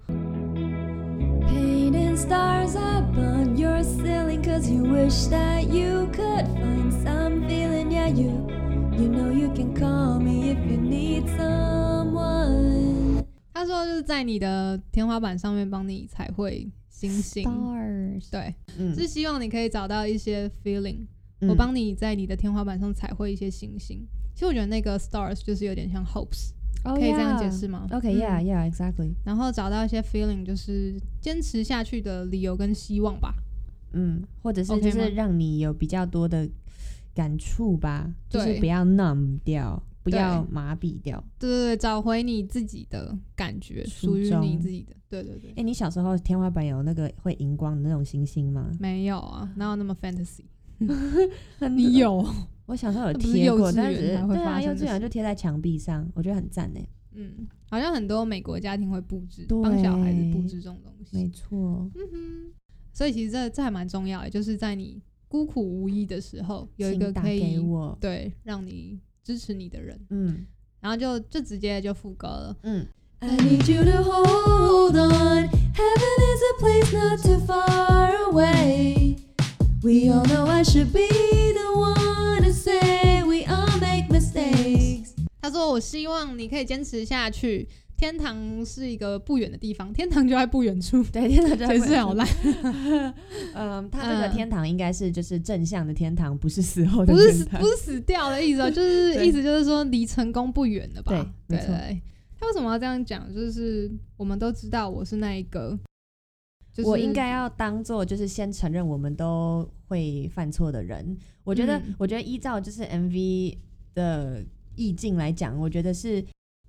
S3: Painting stars up on your ceiling cause you wish that you could find some feeling. Yeah, you, you know you can call me if you need someone.
S1: 他说就是在你的天花板上面帮你彩绘星星。
S2: Stars，
S1: 对，
S2: 嗯
S1: 是希望你可以找到一些 feeling，、
S2: 嗯
S1: 我帮你在你的天花板上彩绘一些星星。其实我觉得那个 stars 就是有点像 hopes，、可以这样解。释吗
S2: Oh, yeah. OK, yeah,
S1: 嗯
S2: yeah, exactly.
S1: 然后找到一些 feeling，就是坚持下去的理由跟希望吧。
S2: 嗯，或者是
S1: OK
S2: 就是
S1: 吗
S2: 让你有比较多的感触吧，就是
S1: 对
S2: 不要 numb 掉，不
S1: 对
S2: 要麻痹掉。
S1: 对对对，找回你自己的感觉，
S2: 初
S1: 属于你
S2: 衷
S1: 自己的。对对对
S2: 哎、，你小时候天花板有那个会荧光的那种星星吗？
S1: 没有啊，哪有那么 fantasy？
S2: 很
S1: 你有？
S2: 我小时候有
S1: 那不是
S2: 贴
S1: 幼
S2: 过，
S1: 稚
S2: 但
S1: 园
S2: 只是
S1: 才会
S2: 对
S1: 发
S2: 啊，
S1: 生
S2: 幼
S1: 的
S2: 稚园
S1: 事
S2: 就贴在墙壁上，我觉得很赞呢。
S1: 嗯，好像很多美国家庭会布置，
S2: 对
S1: 帮小孩子布置这种东西。
S2: 没错，
S1: 嗯哼，所以其实这这还蛮重要的，就是在你孤苦无依的时候，有一
S2: 请
S1: 个
S2: 打
S1: 可以
S2: 给我。
S1: 对让你支持你的人，
S2: 嗯
S1: 然后就就直接就副歌了。
S2: 嗯，
S3: I need you to hold on. Heaven is a place not too far away. We all know I should be the one to say we all make mistakes.
S1: 他说：“我希望你可以坚持下去，天堂是一个不远的地方，天堂就在不远处。”
S2: 对，天堂就
S1: 解释好烂，
S2: 嗯，他这个
S1: 嗯
S2: 天堂应该是就是正向的天堂，不是死后的
S1: 不是
S2: 天
S1: 死
S2: 堂。
S1: 不是死掉的意思哦，就 是
S2: 对
S1: 意思就是说离成功不远了吧？
S2: 对
S1: 对
S2: 没错
S1: 对。他为什么要这样讲？就是我们都知道我是那一个，就是嗯
S2: 我应该要当做就是先承认我们都会犯错的人。我觉得，
S1: 嗯
S2: 我觉得依照就是 MV 的意境来讲，我觉得是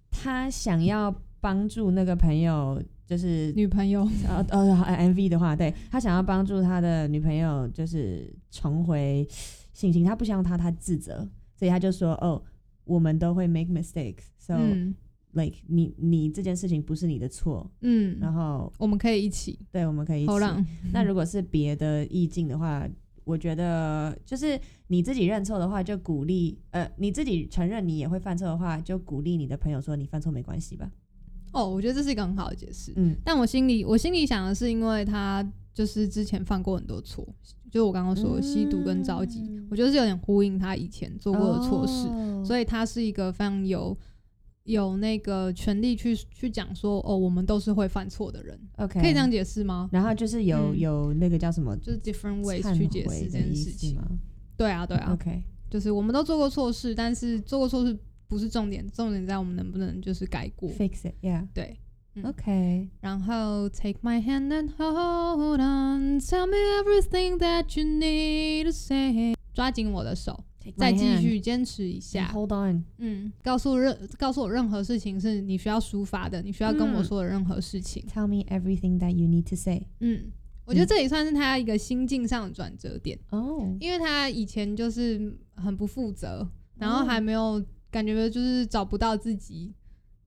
S2: 他想要帮助那个朋友，就是
S1: 女朋友，
S2: 呃呃好呃，MV 的话，对他想要帮助他的女朋友，就是重回信心。他不希望他他自责，所以他就说：“哦，我们都会 make mistakes，so、
S1: 嗯，
S2: like 你你这件事情不是你的错，
S1: 嗯，
S2: 然后
S1: 我们可以一起
S2: 对我们可以一起
S1: 后浪，
S2: 那如果是别的意境的话，我觉得就是你自己认错的话，就鼓励呃，你自己承认你也会犯错的话，就鼓励你的朋友说你犯错没关系吧。
S1: 哦，我觉得这是一个很好的解释。
S2: 嗯
S1: 但我心里我心里想的是，因为他就是之前犯过很多错，就是我刚刚说的吸毒跟着急，
S2: 嗯
S1: 我觉得是有点呼应他以前做过的错事，
S2: 哦
S1: 所以他是一个非常有有那个权利去去讲说，哦，我们都是会犯错的人，
S2: OK
S1: 可以这样。解释吗？
S2: 然后就是有、
S1: 嗯
S2: 有那个叫什么
S1: 就是 different
S2: 忏
S1: ways
S2: 悔
S1: 去解释这
S2: 的
S1: 件
S2: 意
S1: 事
S2: 思
S1: 情。
S2: 吗？嗯
S1: 对啊，对啊，
S2: OK，
S1: 就是我们都做过错事，但是做过错事不是重点，重点在我们能不能就是改过。
S2: fix it，yeah，OK，、
S1: 对，嗯
S2: OK，
S1: 然后 Take my hand and hold on, tell me everything that you need to say。抓紧我的手，再继续坚持一
S2: And
S1: 下。
S2: hold on，
S1: 嗯，告诉任告诉我任何事情是你需要抒发的，你需要跟我
S2: 嗯
S1: 说的任何事情。
S2: tell me everything that you need to say。
S1: 嗯，我觉得这也算是他一个心境上的转折点，
S2: 哦，
S1: 因为他以前就是很不负责，然后还没有感觉就是找不到自己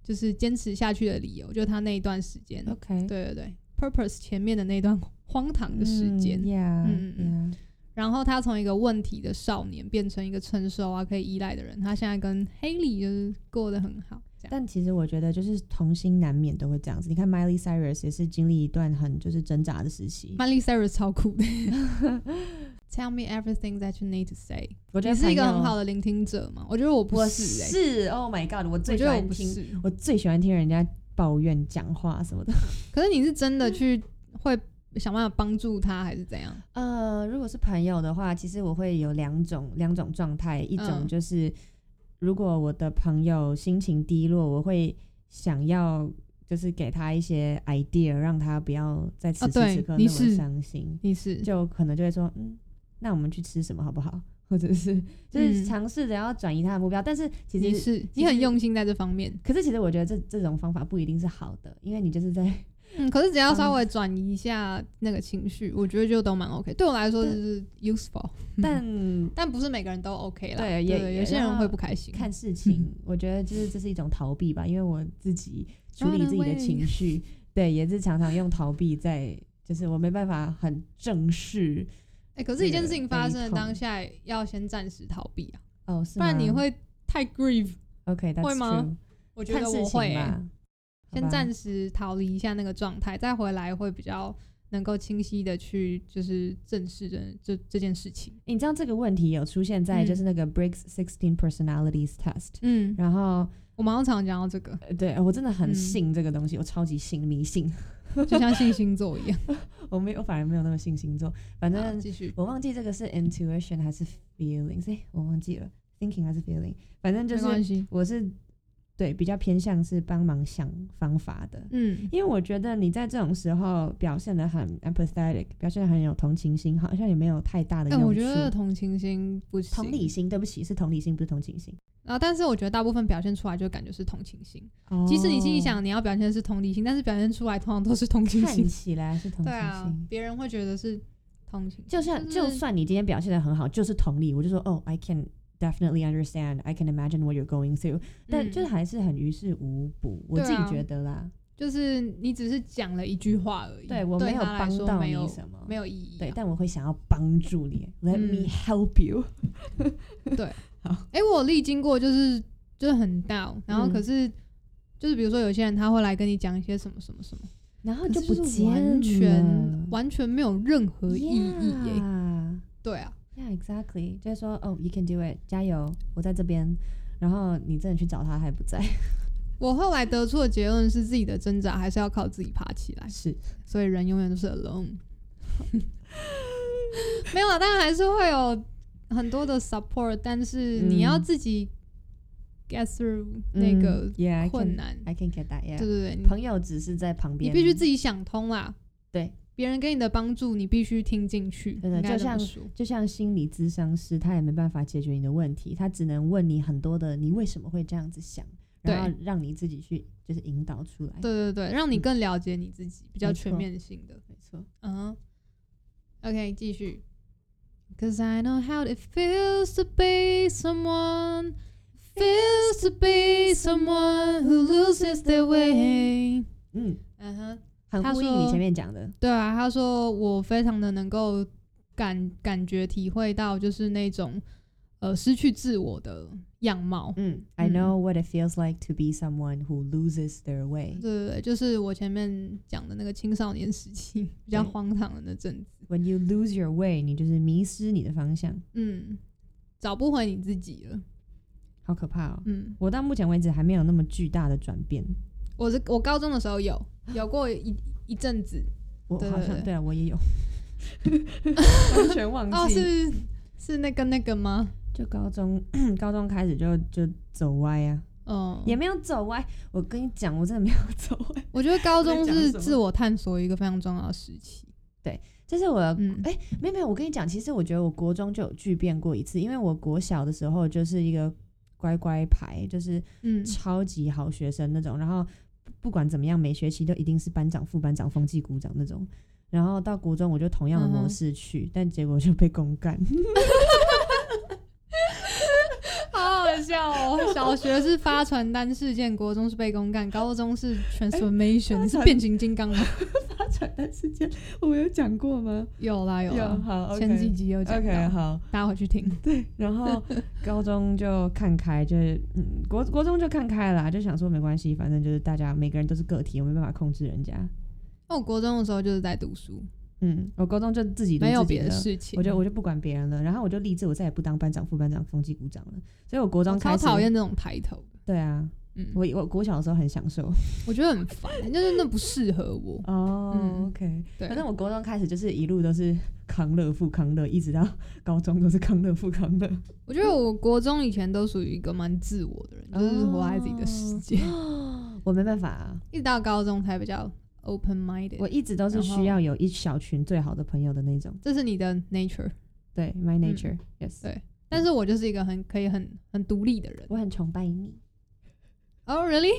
S1: 就是坚持下去的理由，就他那一段时间。
S2: OK，
S1: 对对对，Purpose 前面的那段荒唐的时间，嗯嗯
S2: ，yeah，yeah，
S1: 然后他从一个问题的少年变成一个成熟啊可以依赖的人，他现在跟 Haley 就是过得很好，这样。
S2: 但其实我觉得，就是童心难免都会这样子。你看 Miley Cyrus 也是经历一段很就是挣扎的时期。
S1: Miley Cyrus 超酷的，Tell me everything that you need to say。
S2: 我觉
S1: 你
S2: 得
S1: 是一个
S2: 朋友
S1: 很好，的聆听者吗？我觉得我不
S2: 我
S1: 是、欸，
S2: 是 Oh my God，我最
S1: 我
S2: 喜
S1: 觉得我
S2: 欢
S1: 不
S2: 听，
S1: 是。
S2: 我最喜欢听人家抱怨、讲话什么的。
S1: 可是你是真的去会想办法帮助他，还是怎样？
S2: 呃，如果是朋友的话，其实我会有两种两种状态，一种
S1: 嗯
S2: 就是、如果我的朋友心情低落，我会想要就是给他一些 idea，让他不要在此
S1: 啊
S2: 时
S1: 对
S2: 此刻
S1: 你
S2: 那么
S1: 是
S2: 伤心。
S1: 你是
S2: 就可能就会说，嗯，那我们去吃什么好不好？ 或者是就是
S1: 嗯
S2: 尝试着要转移他的目标，但是其
S1: 你
S2: 实，
S1: 是
S2: 其
S1: 你很
S2: 实
S1: 用心在这方面，
S2: 可是其实我觉得这这种方法不一定是好的，因为你就是 在
S1: 嗯，可是只要稍
S2: 嗯
S1: 微转移一下那个情绪，我觉得就都蛮 OK。对我来说就是 useful，
S2: 但
S1: 但不是每个人都 OK 啦。
S2: 对也
S1: 对，
S2: 也
S1: 有些人
S2: 要
S1: 会不开心。
S2: 看事
S1: 嗯
S2: 情，我觉得就是这是一种逃避吧，因为我自己处理自己的
S1: Run
S2: 情
S1: away
S2: 绪，对，也是常常用逃避在，就是我没办法很正视。
S1: 哎、可是一件事情发生的
S2: 悲痛
S1: 当下，要先暂时逃避啊，
S2: 哦，是
S1: 不然你
S2: 吗
S1: 会太 grieve。
S2: OK，that's
S1: 会吗
S2: true？
S1: 我觉
S2: 看
S1: 得
S2: 事
S1: 我
S2: 情
S1: 会欸、
S2: 吧，好
S1: 先
S2: 吧
S1: 暂时逃离一下那个状态，再回来会比较能够清晰的去就是正视这这这件事情。
S2: 你知道这个问题有出现在
S1: 嗯
S2: 就是那个 Briggs Sixteen Personalities Test，、
S1: 嗯，
S2: 然后
S1: 我们好像常讲到这个，
S2: 呃对我真的很
S1: 嗯
S2: 信这个东西，我超级信迷信，
S1: 就像信星座一样。
S2: 我没有，我反而没有那么信星座，反
S1: 好
S2: 正
S1: 继续，
S2: 我忘记这个是 intuition 还是 feelings，哎、我忘记了 thinking 还是 feeling，反正就
S1: 没关
S2: 是
S1: 系。
S2: 我是对比较偏向是帮忙想方法的。
S1: 嗯，
S2: 因为我觉得你在这种时候表现的很 empathetic，表现的很有同情心，好像也没有太大的
S1: 哎、
S2: 用处。
S1: 我觉得同情心不行。
S2: 同理心，对不起，是同理心，不是同情心。
S1: 啊，但是我觉得大部分表现出来就感觉是同情心。即使你心里
S2: 哦
S1: 想你要表现的是同理心，但是表现出来通常都是同情
S2: 看
S1: 心。
S2: 起来是同情
S1: 对啊
S2: 心，。
S1: 别人会觉得是同情心，
S2: 就算
S1: 是
S2: 就算你今天表现的很好，就是同理，我就说哦，I can definitely understand, I can imagine what you're going through，、但
S1: 嗯
S2: 就是还是很于事无补，我
S1: 对
S2: 自己
S1: 啊
S2: 觉得啦。
S1: 就是你只是讲了一句话而已，
S2: 对我没有
S1: 啊他来
S2: 帮
S1: 说
S2: 到
S1: 没
S2: 你
S1: 有
S2: 什么，
S1: 没有意义啊、
S2: 对，但我会想要帮助你，Let me
S1: 嗯
S2: help you。
S1: 哎、我有历经过就是就是很大，然后
S2: 嗯
S1: 可是、就是比如说有些人他会来跟你讲一些什么什么什么，
S2: 然后
S1: 可
S2: 啊就是不
S1: 就是
S2: 见
S1: 完全
S2: 了
S1: 完全没有任何意义耶、
S2: Yeah
S1: 对啊，
S2: Yeah, exactly，就是说，哦、y o u can do it，加油，我在这边。然后你真的去找他还不 在，
S1: 我后来得出的结论是自己的挣扎还是要靠自己爬起来，
S2: 是
S1: 所以人永远都是 alone。没有啊，当然还是会有很多的 support，但是你要
S2: 嗯
S1: 自己 get through 那个
S2: 嗯 yeah, I can-
S1: 困难。
S2: I can get that，yeah。
S1: 对对对，你
S2: 朋友只是在旁
S1: 你
S2: 边，
S1: 必须自己想通啦。
S2: 对，
S1: 别人给你的帮助，你必须听进去。
S2: 对的
S1: 应该
S2: 就像
S1: 这么说
S2: 就像心理咨商师，他也没办法解决你的问题，他只能问你很多的你为什么会这样子想，
S1: 对
S2: 然后让你自己去就是引导出来。，
S1: 对对对，让你
S2: 嗯
S1: 更了解你自己，比较
S2: 没错
S1: 全面性的。
S2: 没错。
S1: 嗯哼，OK，继续。Cause I know how it feels to be someone, feels to be be someone who loses their way。
S2: 嗯，
S1: 嗯哼，
S4: 很
S1: 他
S4: 呼应
S1: 说
S4: 你前面讲的，
S1: 对啊，他说我非常的能够感感觉体会到，就是那种呃失去自我的样貌。
S2: 嗯，I know what it feels like to be someone who loses their way
S1: 对对对，就是我前面讲的那个青少年时期比较
S2: 对
S1: 荒唐的那阵子，
S2: when you lose your way，你就是迷失你的方向，
S1: 嗯，找不回你自己了，
S2: 好可怕哦！
S1: 嗯，
S2: 我到目前为止还没有那么巨大的转变，
S1: 我是我高中的时候有有过一一阵子，
S2: 我
S1: 对
S2: 好
S1: 对
S2: 像
S1: 对
S2: 对啊了，我 也有，
S4: 完全忘
S1: 哦，是是那个那个吗？
S2: 就高中 高中开始就就走歪啊，
S1: 嗯，
S2: 也没有走歪。我跟你讲，我真的没有走 歪，
S1: 我觉得高中
S4: 在讲
S1: 是
S4: 什么
S1: 自我探索一个非常重要的时期。
S2: 这是我
S4: 哎
S1: 嗯，
S2: 没有没有，我跟你讲，其实我觉得我国中就有巨变过一次，因为我国小的时候就是一个乖乖牌，就是
S1: 嗯，
S2: 超级好学生那种，然后不管怎么样，每学期都一定是班长、副班长、风纪股长那种。然后到国中我就同样的模式去，但结果就被公干。
S1: 好好 笑哦！小学是发传单事件，国中是被公干，高中是 transformation，、
S4: 哎发
S1: 你是
S4: 传
S1: 变形金刚吗？
S4: 发传单事 件，我有讲过吗？
S1: 有啦有啦，
S4: 好
S1: 前几集有讲到
S4: OK 好，
S1: 大家回去听。
S2: 然后高中就看开，就是嗯，国国中就看开了啦，就想说没关系，反正就是大家每个人都是个体，我没办法控制人家。
S1: 那我国中的时候就是在读书，
S2: 嗯，我高中就自己读
S1: 没有
S2: 自己
S1: 别的
S2: 的
S1: 事情。啊
S2: 我就我就不管别人了，然后我就立志，我再也不当班长、副班长、风纪股长了。所以我国
S1: 我
S2: 中
S1: 超
S2: 开始，
S1: 讨厌这种抬头的，
S2: 对啊，
S1: 嗯，我
S2: 我我国小的时候很享受。
S1: 我觉得很烦，欸就是那不适合我。
S2: 哦、
S1: 嗯
S2: o k
S1: 对，
S2: 反正我国中开始就是一路都是康乐、富康乐，一直到高中都是康乐、富康乐。
S1: 我觉得我国中以前都属于一个蛮自我的人，就是
S2: 哦
S1: 活在自己的世 界，
S2: 我没办法、啊，
S1: 一直到高中才比较 open minded。
S2: 我一直都是
S1: 然后
S2: 需要有一小群最好的朋友的那种。
S1: 这是你的 nature，
S2: 对，my nature，yes，、
S1: 嗯对但是我就是一个很可以很很独立的人。
S2: 我很崇拜你。
S1: 哦、r e a l l y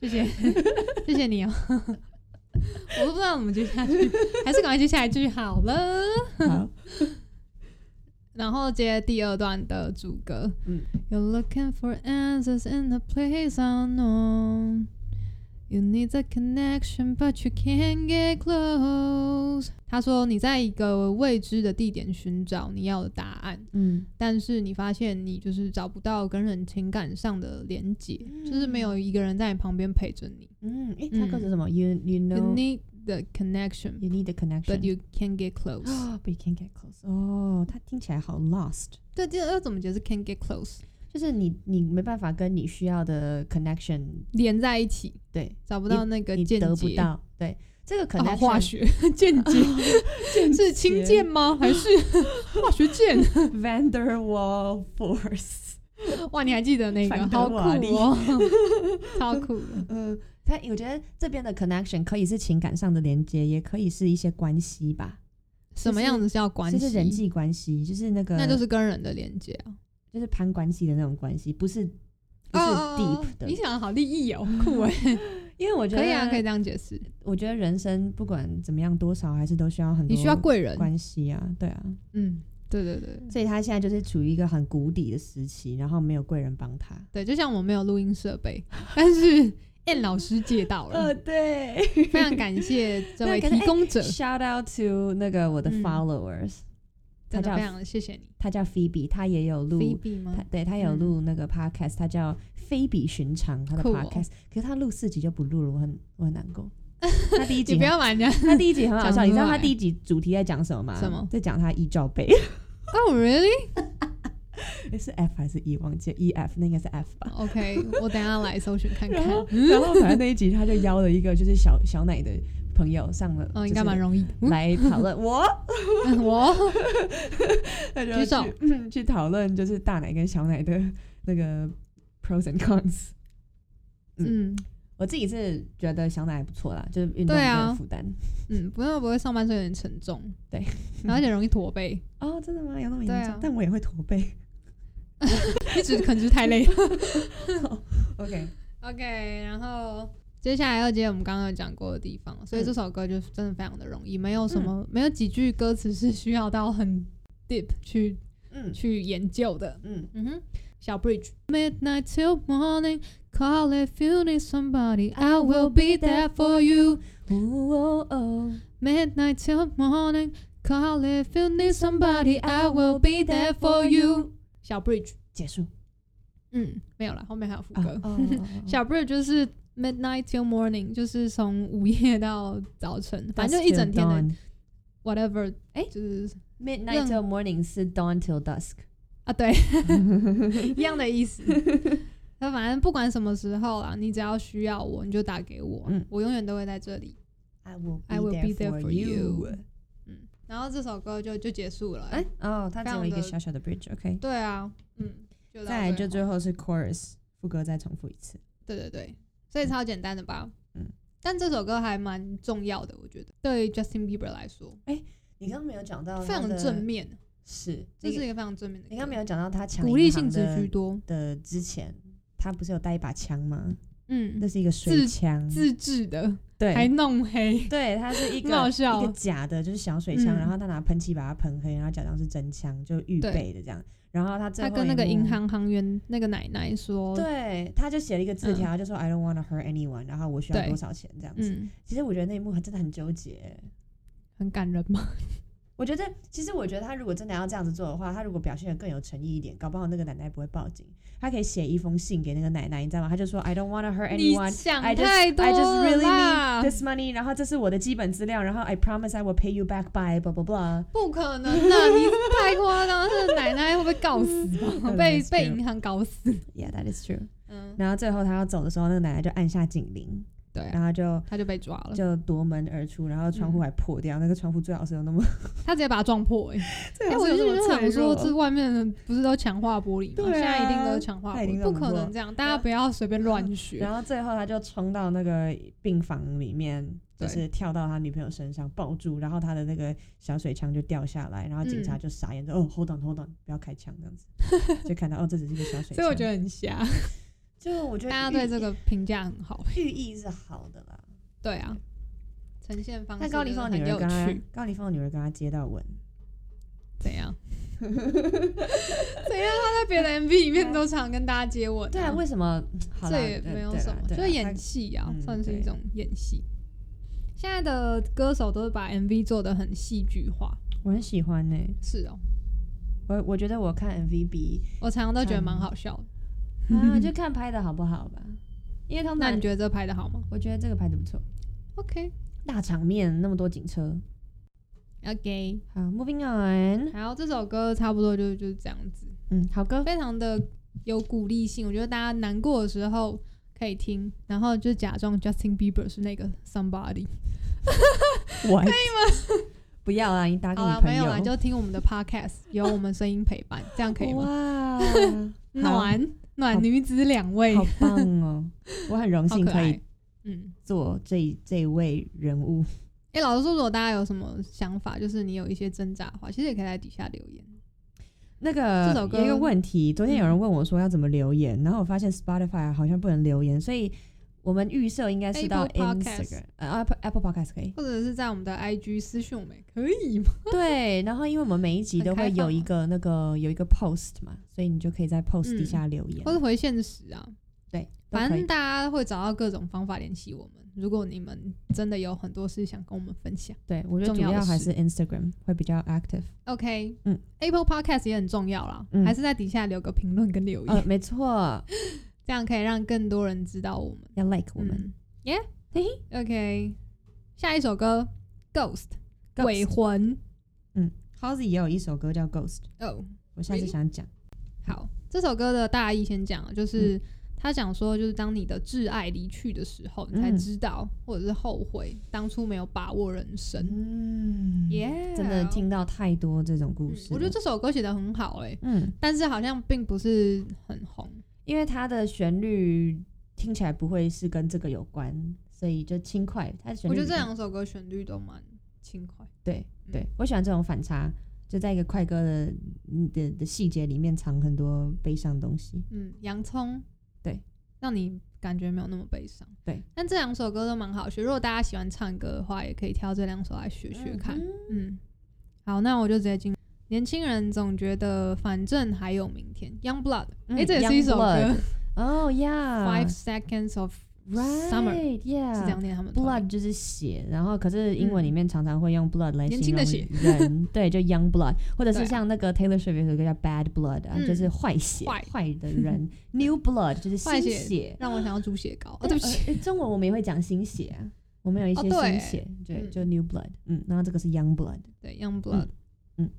S1: 谢谢，谢谢你哦。 我都不知道怎么接下去，还是赶快接下一句好了。
S2: 好，
S1: 然后接第二段的主歌。
S2: 嗯
S1: You're looking for answers in a place unknown. You need a connection, but you can't get close. 他说你在一个未知的地点寻找你要的答案，
S2: 嗯，
S1: 但是你发现你就是找不到跟人情感上的连接，就是没有一个人在你旁边陪着你。
S2: 嗯，诶、他歌
S1: 嗯
S2: 词什么？You you
S1: You
S2: know
S1: need the connection,
S2: you need a connection，
S1: but you can't get close.
S2: But you can't get close。哦，它听起来好 lost，
S1: 对，第二怎么解释 can't get close？
S2: 就是你你没办法跟你需要的 connection，
S1: 连在一起，
S2: 对，
S1: 找不到那个
S2: 你
S1: 间
S2: 得不
S1: 接。
S2: 到。对，这个
S1: 啊
S2: connection，、
S1: 化学 间接，是氢键吗？还是化学键？
S4: Van der Waal Force。
S1: 哇，你还记得那个？
S4: 范
S1: 好
S4: 德
S1: 酷
S4: 瓦利
S1: 哦，超酷的。
S2: 嗯，它我觉得这边的 connection 可以是情感上的连接，也可以是一些关系吧，
S1: 什么样子叫关系？
S2: 就是人际关系，就是那个
S1: 那就是跟人的连接啊。
S2: 就是攀关系的那种关系，不是不是
S1: 哦哦哦
S2: deep 的。
S1: 你想的好利益哦， 酷哎，
S2: 因为我觉得
S1: 可以啊，可以这样解释。
S2: 我觉得人生不管怎么样，多少还是都需要很多
S1: 你需要贵人，
S2: 关系啊，对啊。
S1: 嗯，对对对
S2: 所以他现在就是处于一个很谷底的时期，然后没有贵人帮他。
S1: 对，就像我没有录音设备，但是燕老师借到了，
S2: 嗯
S4: 呃，对
S1: 非常感谢这
S2: 对
S1: 位
S2: 可是哎
S1: 提供者，
S2: Shout out to 那个我的
S1: 嗯
S2: followers，、他
S1: 真的
S2: 叫
S1: 非常谢谢你。
S2: 他叫 Phoebe，他也有录，
S1: Phoebe 吗嗯
S2: 他？对他有录那个 podcast，他叫菲比寻常，他的
S1: 酷哦
S2: podcast，、可是他录四集就不录了，我很我很难 过。他第一
S1: 你
S2: 集
S1: 不，要买人 家。 啊
S2: 他第一集很好笑，
S1: 讲
S2: 你知道
S1: 出来
S2: 他第一集主题在讲什么吗？
S1: 什么
S2: 在讲他依照 杯，
S1: Oh really？
S2: 是 F 还是 E 忘记了 E F，那应该是 F 吧。
S1: OK，我等一下来搜寻看看嗯
S2: 然。后， 然后反正那一集他就邀了一个就是小小奶的朋友上了，
S1: 嗯，应该蛮容易的。
S2: 就是来讨 论我。
S1: 嗯我
S2: 那就
S1: 举手
S2: 去、嗯、 去讨论，就是大奶跟小奶的那个 pros and cons。
S1: 嗯
S2: 我自己是觉得小奶还不错啦，就是运动
S1: 对
S2: 没
S1: 啊
S2: 有负担。
S1: 嗯，不用不会，上半身有点沉重，
S2: 对，
S1: 然后而且容易驼背，
S2: 哦，真的吗？有那么严
S1: 对
S2: 重？
S1: 啊
S2: 但我也会驼背。
S1: 一直可能就是太累了。
S2: OK，
S1: OK，然后接下来要接我们刚刚有讲过的地方，
S2: 嗯
S1: 所以这首歌就真的非常的容易，没有什么没有几句歌词是需要到很 deep 去
S2: 嗯
S1: 去研究的。
S2: 嗯，
S1: 嗯哼，小 bridge。Midnight till morning, call if you need somebody, I will be there for you. 嗯
S2: 哦
S1: Midnight till morning, call if you need somebody, I will be there for you. 小 bridge，
S2: 结束。
S1: 嗯，没有了，后面还有副歌。
S2: 哦，
S1: 小 bridge 就是 midnight till morning，就是从午夜到早晨，反正就一整天的 whatever，哎、就是。
S2: midnight till morning 是 dawn till dusk。
S1: 啊，对，一样的意思。那反正不管什么时候啦，你只要需要我，你就打给我，
S2: 嗯
S1: 我永远都会在这里。
S2: I will
S1: I will be there for you 嗯，然后这首歌就就结束了。哎、
S2: 哎，哦，它只有一个
S1: 非常
S2: 小
S1: 的
S2: 小的 bridge，OK。
S1: 对啊，嗯，就到
S5: 再来就
S1: 最
S5: 最
S1: 后，
S5: 后是 chorus 副歌再重复一次。
S1: 对对对，所以超简单的吧？
S5: 嗯
S1: 嗯，但这首歌还蛮重要的，我觉得对于 Justin Bieber 来说
S2: 你刚刚没有讲到
S1: 非常正，面，
S2: 是
S1: 这是一个非常正面的歌。
S2: 你刚刚没有讲到他抢
S1: 鼓
S2: 银
S1: 励
S2: 行
S1: 性质
S2: 的
S1: 居多，
S2: 的之前，他不是有带一把枪吗？那
S1: 嗯，
S2: 是一个水
S1: 自
S2: 枪，
S1: 自制的，还
S2: 对
S1: 弄黑，
S2: 对，它是一
S1: 很好
S2: 个
S1: 笑
S2: 一个。假的，就是小水枪，
S1: 嗯
S2: 然后他拿喷漆把它喷黑，然后假装是真枪，就预
S1: 对
S2: 备的这样。然后他最
S1: 他
S2: 后
S1: 跟
S2: 一
S1: 那个
S2: 幕
S1: 银，行行员那个奶奶说，
S2: 对，他就写了一个字
S1: 嗯
S2: 条，就说 I don't want to hurt anyone，然后我需要
S1: 对
S2: 多少钱这样子。
S1: 嗯，
S2: 其实我觉得那一幕真的很纠结。
S1: 很感人 嘛。
S2: 我觉得，其实我觉得他如果真的要这样子做的话，他如果表现的更有诚意一点，搞不好那个奶奶不会报警。他可以写一封信给那个奶奶，你知道吗？他就说 I don't want to hurt
S1: 你
S2: anyone，
S1: 想
S2: I just-
S1: 太多
S2: I just
S1: 了
S2: really
S1: 啦
S2: need this money，然后这是我的基本资料，然后 I promise I will pay you back by blah blah blah。
S1: 不可能 的，你太夸张了，这个奶奶会被告死吧？
S2: 嗯
S1: 被
S2: 是
S1: 被银行搞死。
S2: Yeah, that is true。
S1: 嗯，
S2: 然后最后他要走的时候，那个奶奶就按下警铃，
S1: 对嗯啊，
S2: 然后就
S1: 他就被抓了，
S2: 就夺门而出，然后窗户还破掉，那个窗户最好是有 那么，
S1: 他直接把他撞破。哎，
S2: 最
S1: 哎，
S2: 好
S1: 我
S2: 是有
S1: 就
S2: 那么
S1: 是
S2: 脆
S1: 想说，
S2: 弱
S1: 这外面的不是都强化玻璃吗？
S2: 啊对啊
S1: 现在一定都是强化
S2: 他一
S1: 玻
S2: 定
S1: 璃，
S2: 都
S1: 不
S2: 很啊
S1: 可能这样，大家不要随便乱学。
S2: 然后最后他就冲到那个病房里面，就
S1: 对
S2: 是跳到他女朋友身上抱住，然后他的那个小水枪就掉下来，然后警察
S1: 嗯
S2: 就傻眼说：“哦，hold on hold on，不要开枪这样子。” 就看到哦，这只是一个小水枪。
S1: 所以我觉得很瞎，
S2: 就我觉得
S1: 大家对
S2: 寓
S1: 这个评价很好。
S2: 寓意是好的啦。
S1: 对啊，呈现方式
S2: 但高凌
S1: 就是
S2: 风的女
S1: 很
S2: 儿
S1: 有
S2: 跟他
S1: 趣，
S2: 高凌风的女儿跟他接到吻，
S1: 怎 样？怎样？他在别的 MV 里面都常跟大家接吻、
S2: 对啊，为什么？好啦
S1: 这也
S2: 对
S1: 没有
S2: 对啦
S1: 什么，
S2: 对
S1: 就
S2: 啦
S1: 演戏啊
S2: 嗯，
S1: 算是
S2: 对
S1: 一种演戏。现在的歌手都是把 MV 做的很戏剧化，
S2: 他我很喜欢呢、
S1: 是哦，
S2: 我我觉得我看 MV 比
S1: 我常常都觉得蛮好笑的。
S2: 啊，就看拍的好不好吧，因为通
S1: 那
S2: 常
S1: 你觉得这拍的好吗
S2: 我觉得这个拍的不错，
S1: ？OK
S2: 大场面那么多警车。
S1: OK，
S2: 好，Moving on，
S1: 然后这首歌差不多就就是这样子，
S2: 嗯，好歌，
S1: 非常的有鼓励性。我觉得大家难过的时候可以听，然后就假装 Justin Bieber 是那个 somebody。
S2: 我可以吗？ 不要啦，你打给
S1: 好
S2: 你
S1: 啦，
S2: 朋
S1: 没有啦，
S2: 友
S1: 就听我们的 podcast，有我们声音陪伴，这样可以 吗？
S2: 哇，
S1: 暖暖女子两位，
S2: 好棒哦！我很荣
S1: 好
S2: 幸
S1: 可
S2: 可以
S1: 爱。嗯，
S2: 做这这位人物。
S1: 哎、老实说，如果大家有什么想法，就是你有一些挣扎的话，其实也可以在底下留言。
S2: 那
S1: 这首
S2: 个
S1: 歌嗯
S2: 有一个问题，昨天有人问我说要怎么留言，然后我发现 Spotify 好像不能留言，所以我们预设应该是到
S1: Apple Podcast
S2: Instagram，呃，Apple Apple Podcast 可以
S1: 。或者是在我们的 IG 私讯我们也可以吗？
S2: 对，然后因为我们每一集都会
S1: 很开放
S2: 有一个那个有一个 post 嘛，所以你就可以在 post
S1: 嗯
S2: 底下留言
S1: 或，者回现实啊，
S2: 对，都
S1: 反
S2: 可以
S1: 正。大家会找到各种方法联系我们。如果你们真的有很多事想跟我们分享
S2: 对，我觉得主
S1: 重要
S2: 要
S1: 的
S2: 还
S1: 事
S2: 是 Instagram 会比较 active。
S1: ，OK，
S2: 嗯
S1: ，Apple Podcast 也很重要啦，
S2: 嗯
S1: 还是在底下留个评论跟留言，
S2: 呃，没错，
S1: 这样可以让更多人知道我们。
S2: 要 like 我们。
S1: 嗯，Yeah，嘿嘿，OK，下一首歌《Ghost》鬼
S2: Ghost
S1: 魂
S2: Halsey 也有一首歌叫 Ghost，
S1: 哦。
S2: 我下次
S1: Really？
S2: 想讲。
S1: 好，这首歌的大意先讲，
S2: 嗯
S1: 就是他讲说，就是当你的挚爱离去的时候，你才
S2: 嗯
S1: 知道，或者是后悔当初没有把握人生。
S2: 嗯，
S1: 耶、
S2: 真的听到太多这种故
S1: 嗯
S2: 事了。
S1: 我觉得这首歌写的很好哎、
S2: 嗯，
S1: 但是好像并不是很红。
S2: 因为它的旋律听起来不会是跟这个有关，所以就轻快。它的旋律
S1: 我觉得这两首歌旋律都蛮轻快。
S2: 对
S1: 嗯
S2: 对，我喜欢这种反差，就在一个快歌的嗯的的细节里面藏很多悲伤东西。
S1: 嗯，洋葱，
S2: 对，
S1: 让你感觉没有那么悲伤。
S2: 对，
S1: 但这两首歌都蛮好学，如果大
S2: 嗯
S1: 家嗯喜欢唱歌的话，也可以挑这两首来学学看。嗯好，那我就直接进年轻人总觉得反正还有明天，Young Blood，哎、
S2: 嗯
S1: 这也是一首歌
S2: Youngblood哦呀
S1: ，Five Seconds of Summer
S2: right yeah，
S1: 是这样念他们的团
S2: blood
S1: 名嗯
S2: 就是血，然后可是英文里面常常会用 blood 来
S1: 年
S2: 形
S1: 轻
S2: 容
S1: 的
S2: 人，
S1: 血
S2: 对，就 young blood，或者
S1: 对
S2: 是
S1: 啊
S2: 像那个 Taylor Swift 有首歌叫 bad blood 啊，
S1: 嗯
S2: 就是坏血、
S1: 坏
S2: 坏的 人，new blood 就是
S1: 坏
S2: 新
S1: 血
S2: 血。
S1: 让我想要猪血糕。哦，对不起，
S2: 呃，呃中文我们也会讲新血啊，我们有一
S1: 哦
S2: 些
S1: 对
S2: 新血，对，
S1: 嗯
S2: 就 new blood，嗯，然后这个是 young blood，
S1: 对，Young Blood。
S2: 嗯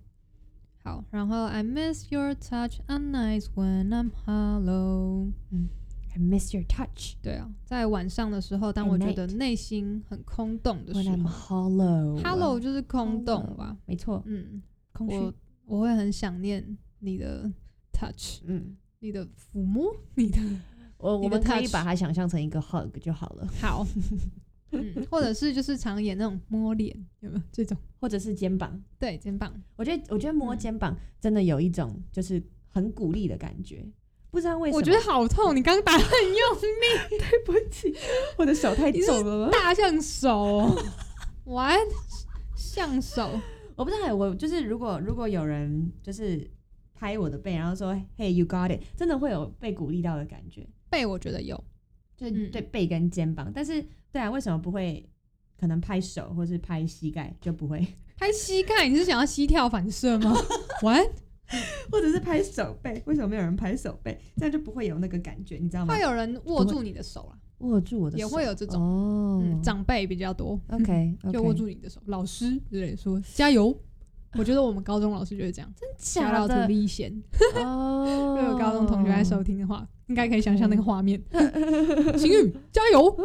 S1: 好，然后 I miss your touch on nights when I'm hollow。
S2: I miss your touch
S1: 对啊，在晚上的时候，当
S2: At
S1: 我觉得
S2: night
S1: 内心很空洞的
S2: when
S1: 时
S2: I'm
S1: 候
S2: hollow。
S1: ，Hello 就是空洞吧。
S2: 没错，
S1: 嗯，
S2: 空虚
S1: 我，我会很想念你的 touch，
S2: 嗯，
S1: 你的抚摸，你的
S2: 我我
S1: 你的
S2: 们可以
S1: touch
S2: 把它想象成一个 hug 就好了，
S1: 好。嗯，或者是就是常演那种摸脸，有没有这种？
S2: 或者是肩膀。
S1: 对，肩膀。
S2: 我觉得，我觉得摸
S1: 嗯
S2: 肩膀真的有一种就是很鼓励的感觉，不知道为什么。
S1: 我觉得 好痛，你刚打得很用力。
S2: 对不起，我的手太
S1: 你是
S2: 重了。
S1: 大象手、哦，玩象手，
S2: 我不知道，我就是如果如果有人就是拍我的背，然后说 “Hey, you got it”，真的会有被鼓励到的感觉，
S1: 背我觉得有，
S2: 就是
S1: 嗯
S2: 对背跟肩膀。但是，对啊，为什么不会？可能拍手或是拍膝盖就不会，
S1: 拍膝盖，你是想要膝跳反射吗？玩
S2: 或者是拍手背，为什么没有人拍手背？这样就不会有啊那个感觉，你知道吗
S1: 会？有人握住你的手啦，
S2: 握住我的手
S1: 也会有这种，
S2: 嗯哦、
S1: 嗯，长辈比较多
S2: OK，,
S1: 就握住你的手，老师之类说加油。我觉得我们高中老师就是这样，真
S2: 假的
S1: 危险。
S2: 哦，
S1: 如果有高中同学在收听的话，应该可以想象那个 画面。晴雨加油！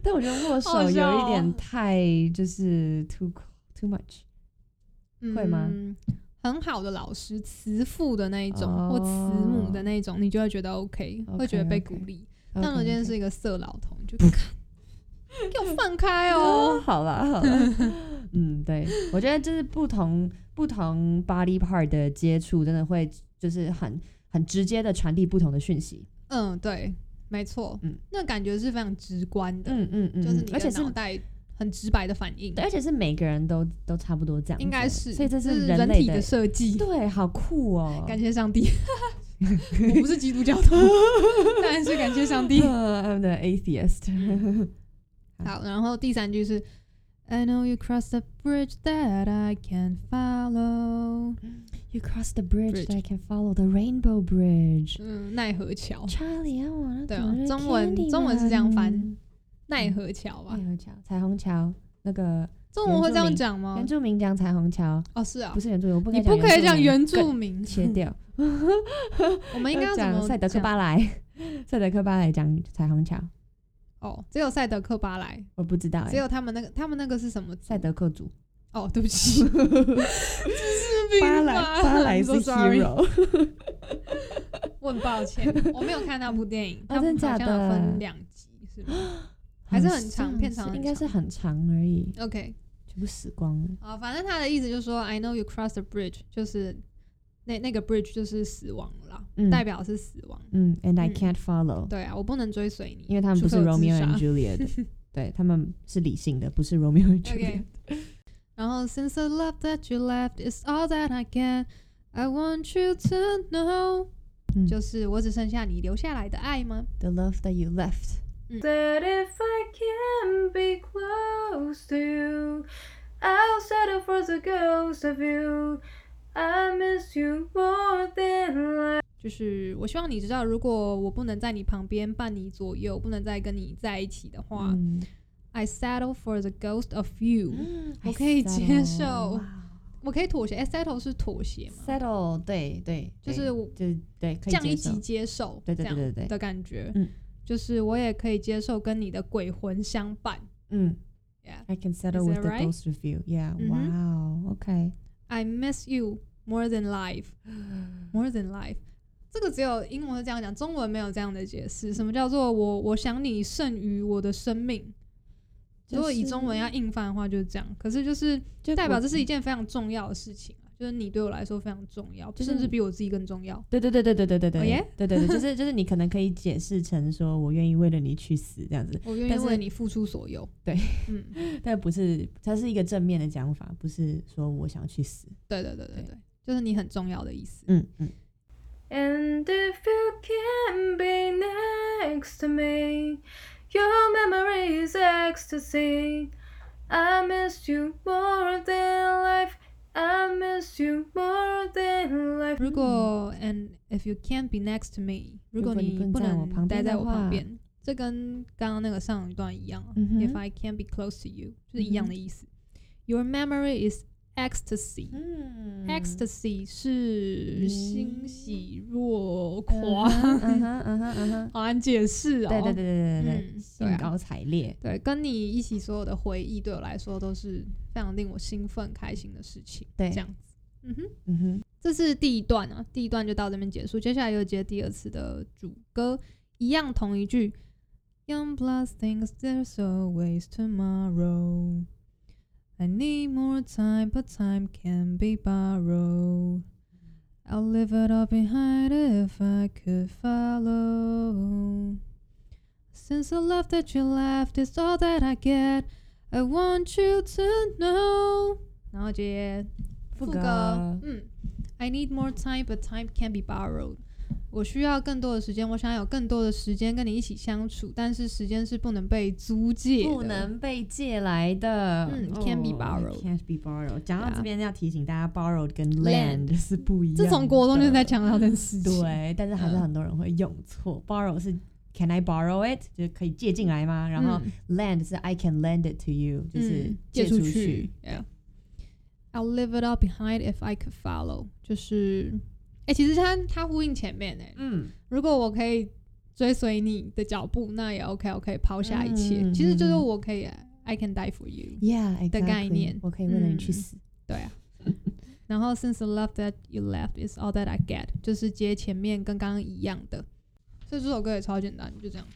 S2: 但我觉得握手
S1: 好笑
S2: 有
S1: 哦
S2: 一点太就是 too too much，会吗
S1: 嗯很好的老师，慈父的那一种，
S2: 哦
S1: 或慈母的那一种，你就会觉得 OK，,
S2: OK，
S1: 会觉得被
S2: OK
S1: 鼓励。但我今天
S2: OK，OK
S1: 是一个色老头，你就看，给我放开
S2: 哦，
S1: 哦！
S2: 好了好了，嗯，对，我觉得就是不同不同 body part 的接触，真的会就是很很直接的传递不同的讯息，
S1: 嗯，对，没错，
S2: 嗯
S1: 那感觉是非常直观的，
S2: 嗯嗯嗯，
S1: 就是
S2: 嗯
S1: 你
S2: 而且
S1: 的
S2: 是
S1: 脑袋很直白的反应
S2: 对，，而且是每个人都都差不多这样子，
S1: 应该是，
S2: 所以这
S1: 是
S2: 是
S1: 人
S2: 类
S1: 体的设计。
S2: 对，好酷哦，
S1: 感谢 上帝，我不是基督教徒， 但是感谢上帝。
S2: 呃 I'm the atheist，
S1: 好，然后第三句是 I know you crossed the bridge that I can follow。
S2: You cross the bridge,
S1: Bridge.
S2: that I can follow the rainbow bridge.
S1: 嗯，奈何桥，
S2: Charlie, I wanna
S1: 对
S2: go
S1: 啊
S2: to
S1: 中文
S2: Candyland
S1: 中文是这样翻奈何桥吧
S2: 奈？何桥、哎彩虹桥，那个
S1: 中文会这
S2: 嗯
S1: 样
S2: 原住民
S1: 讲吗
S2: 原？住民讲彩虹桥，
S1: 哦，是啊
S2: 不，是原住民，我不
S1: 你
S2: 敢
S1: 不可以讲原
S2: 住
S1: 住
S2: 民
S1: 民
S2: 梗，切掉。
S1: 我 们应该要怎
S2: 讲
S1: 么
S2: 赛德克
S1: 讲
S2: 巴莱， 赛德克巴莱讲彩虹桥，
S1: 哦，只有赛德克巴莱，
S2: 我不知道
S1: 只
S2: 哎。
S1: 有他们那个，他们那个是什么？
S2: 赛德克族，
S1: 哦，对不起，这是病
S6: 巴莱
S1: 吧
S6: 巴莱
S1: I'm
S6: 是
S1: so sorry
S6: hero，
S1: 我很抱歉，我没有看那部电影，
S2: 哦
S1: 它
S2: 真的
S1: 好
S2: 假
S1: 像有
S2: 的
S1: 分两集，是吗？还是很长
S2: 像
S1: 片长
S2: 是
S1: 很
S2: 应该是
S1: 长
S2: 很长而已，
S1: ？OK，
S2: 全部死光了。
S1: 啊，反正他的意思就是说，I know you crossed the bridge，就是那那个 bridge 就是死亡了啦，
S2: 嗯
S1: 代表是死亡。
S2: 嗯，And I
S1: 嗯
S2: can't follow，
S1: 对啊，我不能追随你，
S2: 因为他们不是
S1: 除非我自
S2: Romeo
S1: 杀
S2: and Juliet，的 对他们是理性的，不是 Romeo and Juliet
S1: OK。。然后，Since the love that you left is all that I can, I want you to know，、
S2: 嗯
S1: 就是我只剩下你留下来的爱吗？
S2: The love that you left。
S7: That if I can be close to you, I'll settle for the ghost of you. I miss you more than life.
S1: 就是我希望你知道，如果我不能在你旁边伴你左右，不能再跟你在一起的话、
S2: 嗯
S1: i settle for the ghost of you，、我可以接受，我可以妥协。哎，settle 是妥协嘛？
S2: settle，对对，
S1: 就是
S2: 对
S1: 我
S2: 就是对，可以
S1: 降一
S2: 接受
S1: 级接受，
S2: 对对
S1: 这样
S2: 对对对
S1: 的感觉，
S2: 嗯
S1: 就是我也可以接受跟你的鬼魂相伴。
S2: 嗯
S1: Yeah,
S2: ，I can settle
S1: Is
S2: with
S1: that
S2: the
S1: right?
S2: ghost of you. Yeah,
S1: 嗯
S2: wow, OK，
S1: I miss you more than life, more than life。这个只有英文是这样讲，中文没有这样的解释。什么叫做我我想你胜于我的生命？如果以中文要硬翻的话，就是这样。可是就是
S2: 就
S1: 代表
S2: 我
S1: 这是一件非常重要的事情啊，就是你对我来说非常重要，
S2: 就是
S1: 甚至比我自己更重要。
S2: 对对对对对对对对，
S1: 哦耶
S2: 对对对，就是就是你可能可以解释成说我愿意为了你去死这样子，
S1: 我愿
S2: 但
S1: 意
S2: 是
S1: 为你付出所有。
S2: 对，
S1: 嗯，
S2: 但不是它是一个正面的讲法，不是说我想去死。
S1: 对对对对
S2: 对
S1: 对，就是你很重要的意思。
S2: 嗯嗯，
S3: And if you can be next to me, your memory is ecstasy. I miss you more than life. I miss you more than life.
S1: 如果 and if you can't be next to me，如
S2: 果
S1: 果
S2: 你
S1: 你
S2: 不能在我旁
S1: 能待
S2: 边的
S1: 在我
S2: 话
S1: 旁边，这跟刚刚那个上一段一样啊。
S2: 嗯哼
S1: If I can't be close to you，就是一样的意思。Your memory is ecstasy。
S2: 嗯
S1: Ecstasy 是欣喜若狂，
S2: 嗯哼嗯哼嗯哼，
S1: 好难解释哦。
S2: 对对对对对对对，
S1: 嗯对
S2: 兴
S1: 啊
S2: 高采烈。
S1: 对，跟你一起所有的回忆，对我来说都是非常令我兴奋、开心的事情。
S2: 对
S1: 这样子，嗯哼，
S2: 嗯哼，
S1: 这是第一段啊，第一段就到这边结束。接下来又接第二次的主歌，一样同一句，Young blood thinks there's always tomorrow. I need more time, but time can be borrowed. I'll leave it all behind if I could follow. Since the love that you left is all that I get, I want you to know. 然后接
S2: 副
S1: 副
S2: 歌
S1: 歌，嗯，I need more time, but time can be borrowed. 我需要更多的时间，我想有更多的时间跟你一起相处，但是时间是不能被租借的，
S2: 不能被借来的，
S1: 嗯，can't be
S2: 哦
S1: borrowed
S2: can't be borrowed。讲到
S1: 对啊
S2: 这边要提醒大家，borrowed 跟 land 是不一样的。
S1: 自从国中就在强调这件事情。
S2: 对，但是还是
S1: 嗯
S2: 很多人会用错。borrow 是 Can I borrow it？就是可以借进来吗？然后
S1: 嗯
S2: land 是 I can lend it to you，就是
S1: 嗯借
S2: 出
S1: 出。Yeah. I'll leave it all behind if I could follow，就是，哎、其实它它呼应前面哎、
S2: 嗯，
S1: 如果我可以追随你的脚步，那也 OK，我可以抛下一切。
S2: 嗯
S1: 其实就是
S2: 嗯
S1: 我可以，I can die for you。
S2: Yeah，
S1: 的概
S2: exactly，
S1: 念
S2: 我可以为了你去
S1: 嗯
S2: 死。
S1: 对啊。然后，since the love that you left is all that I get，就是接前面跟刚刚一样的，所以这首歌也超简单，就这样，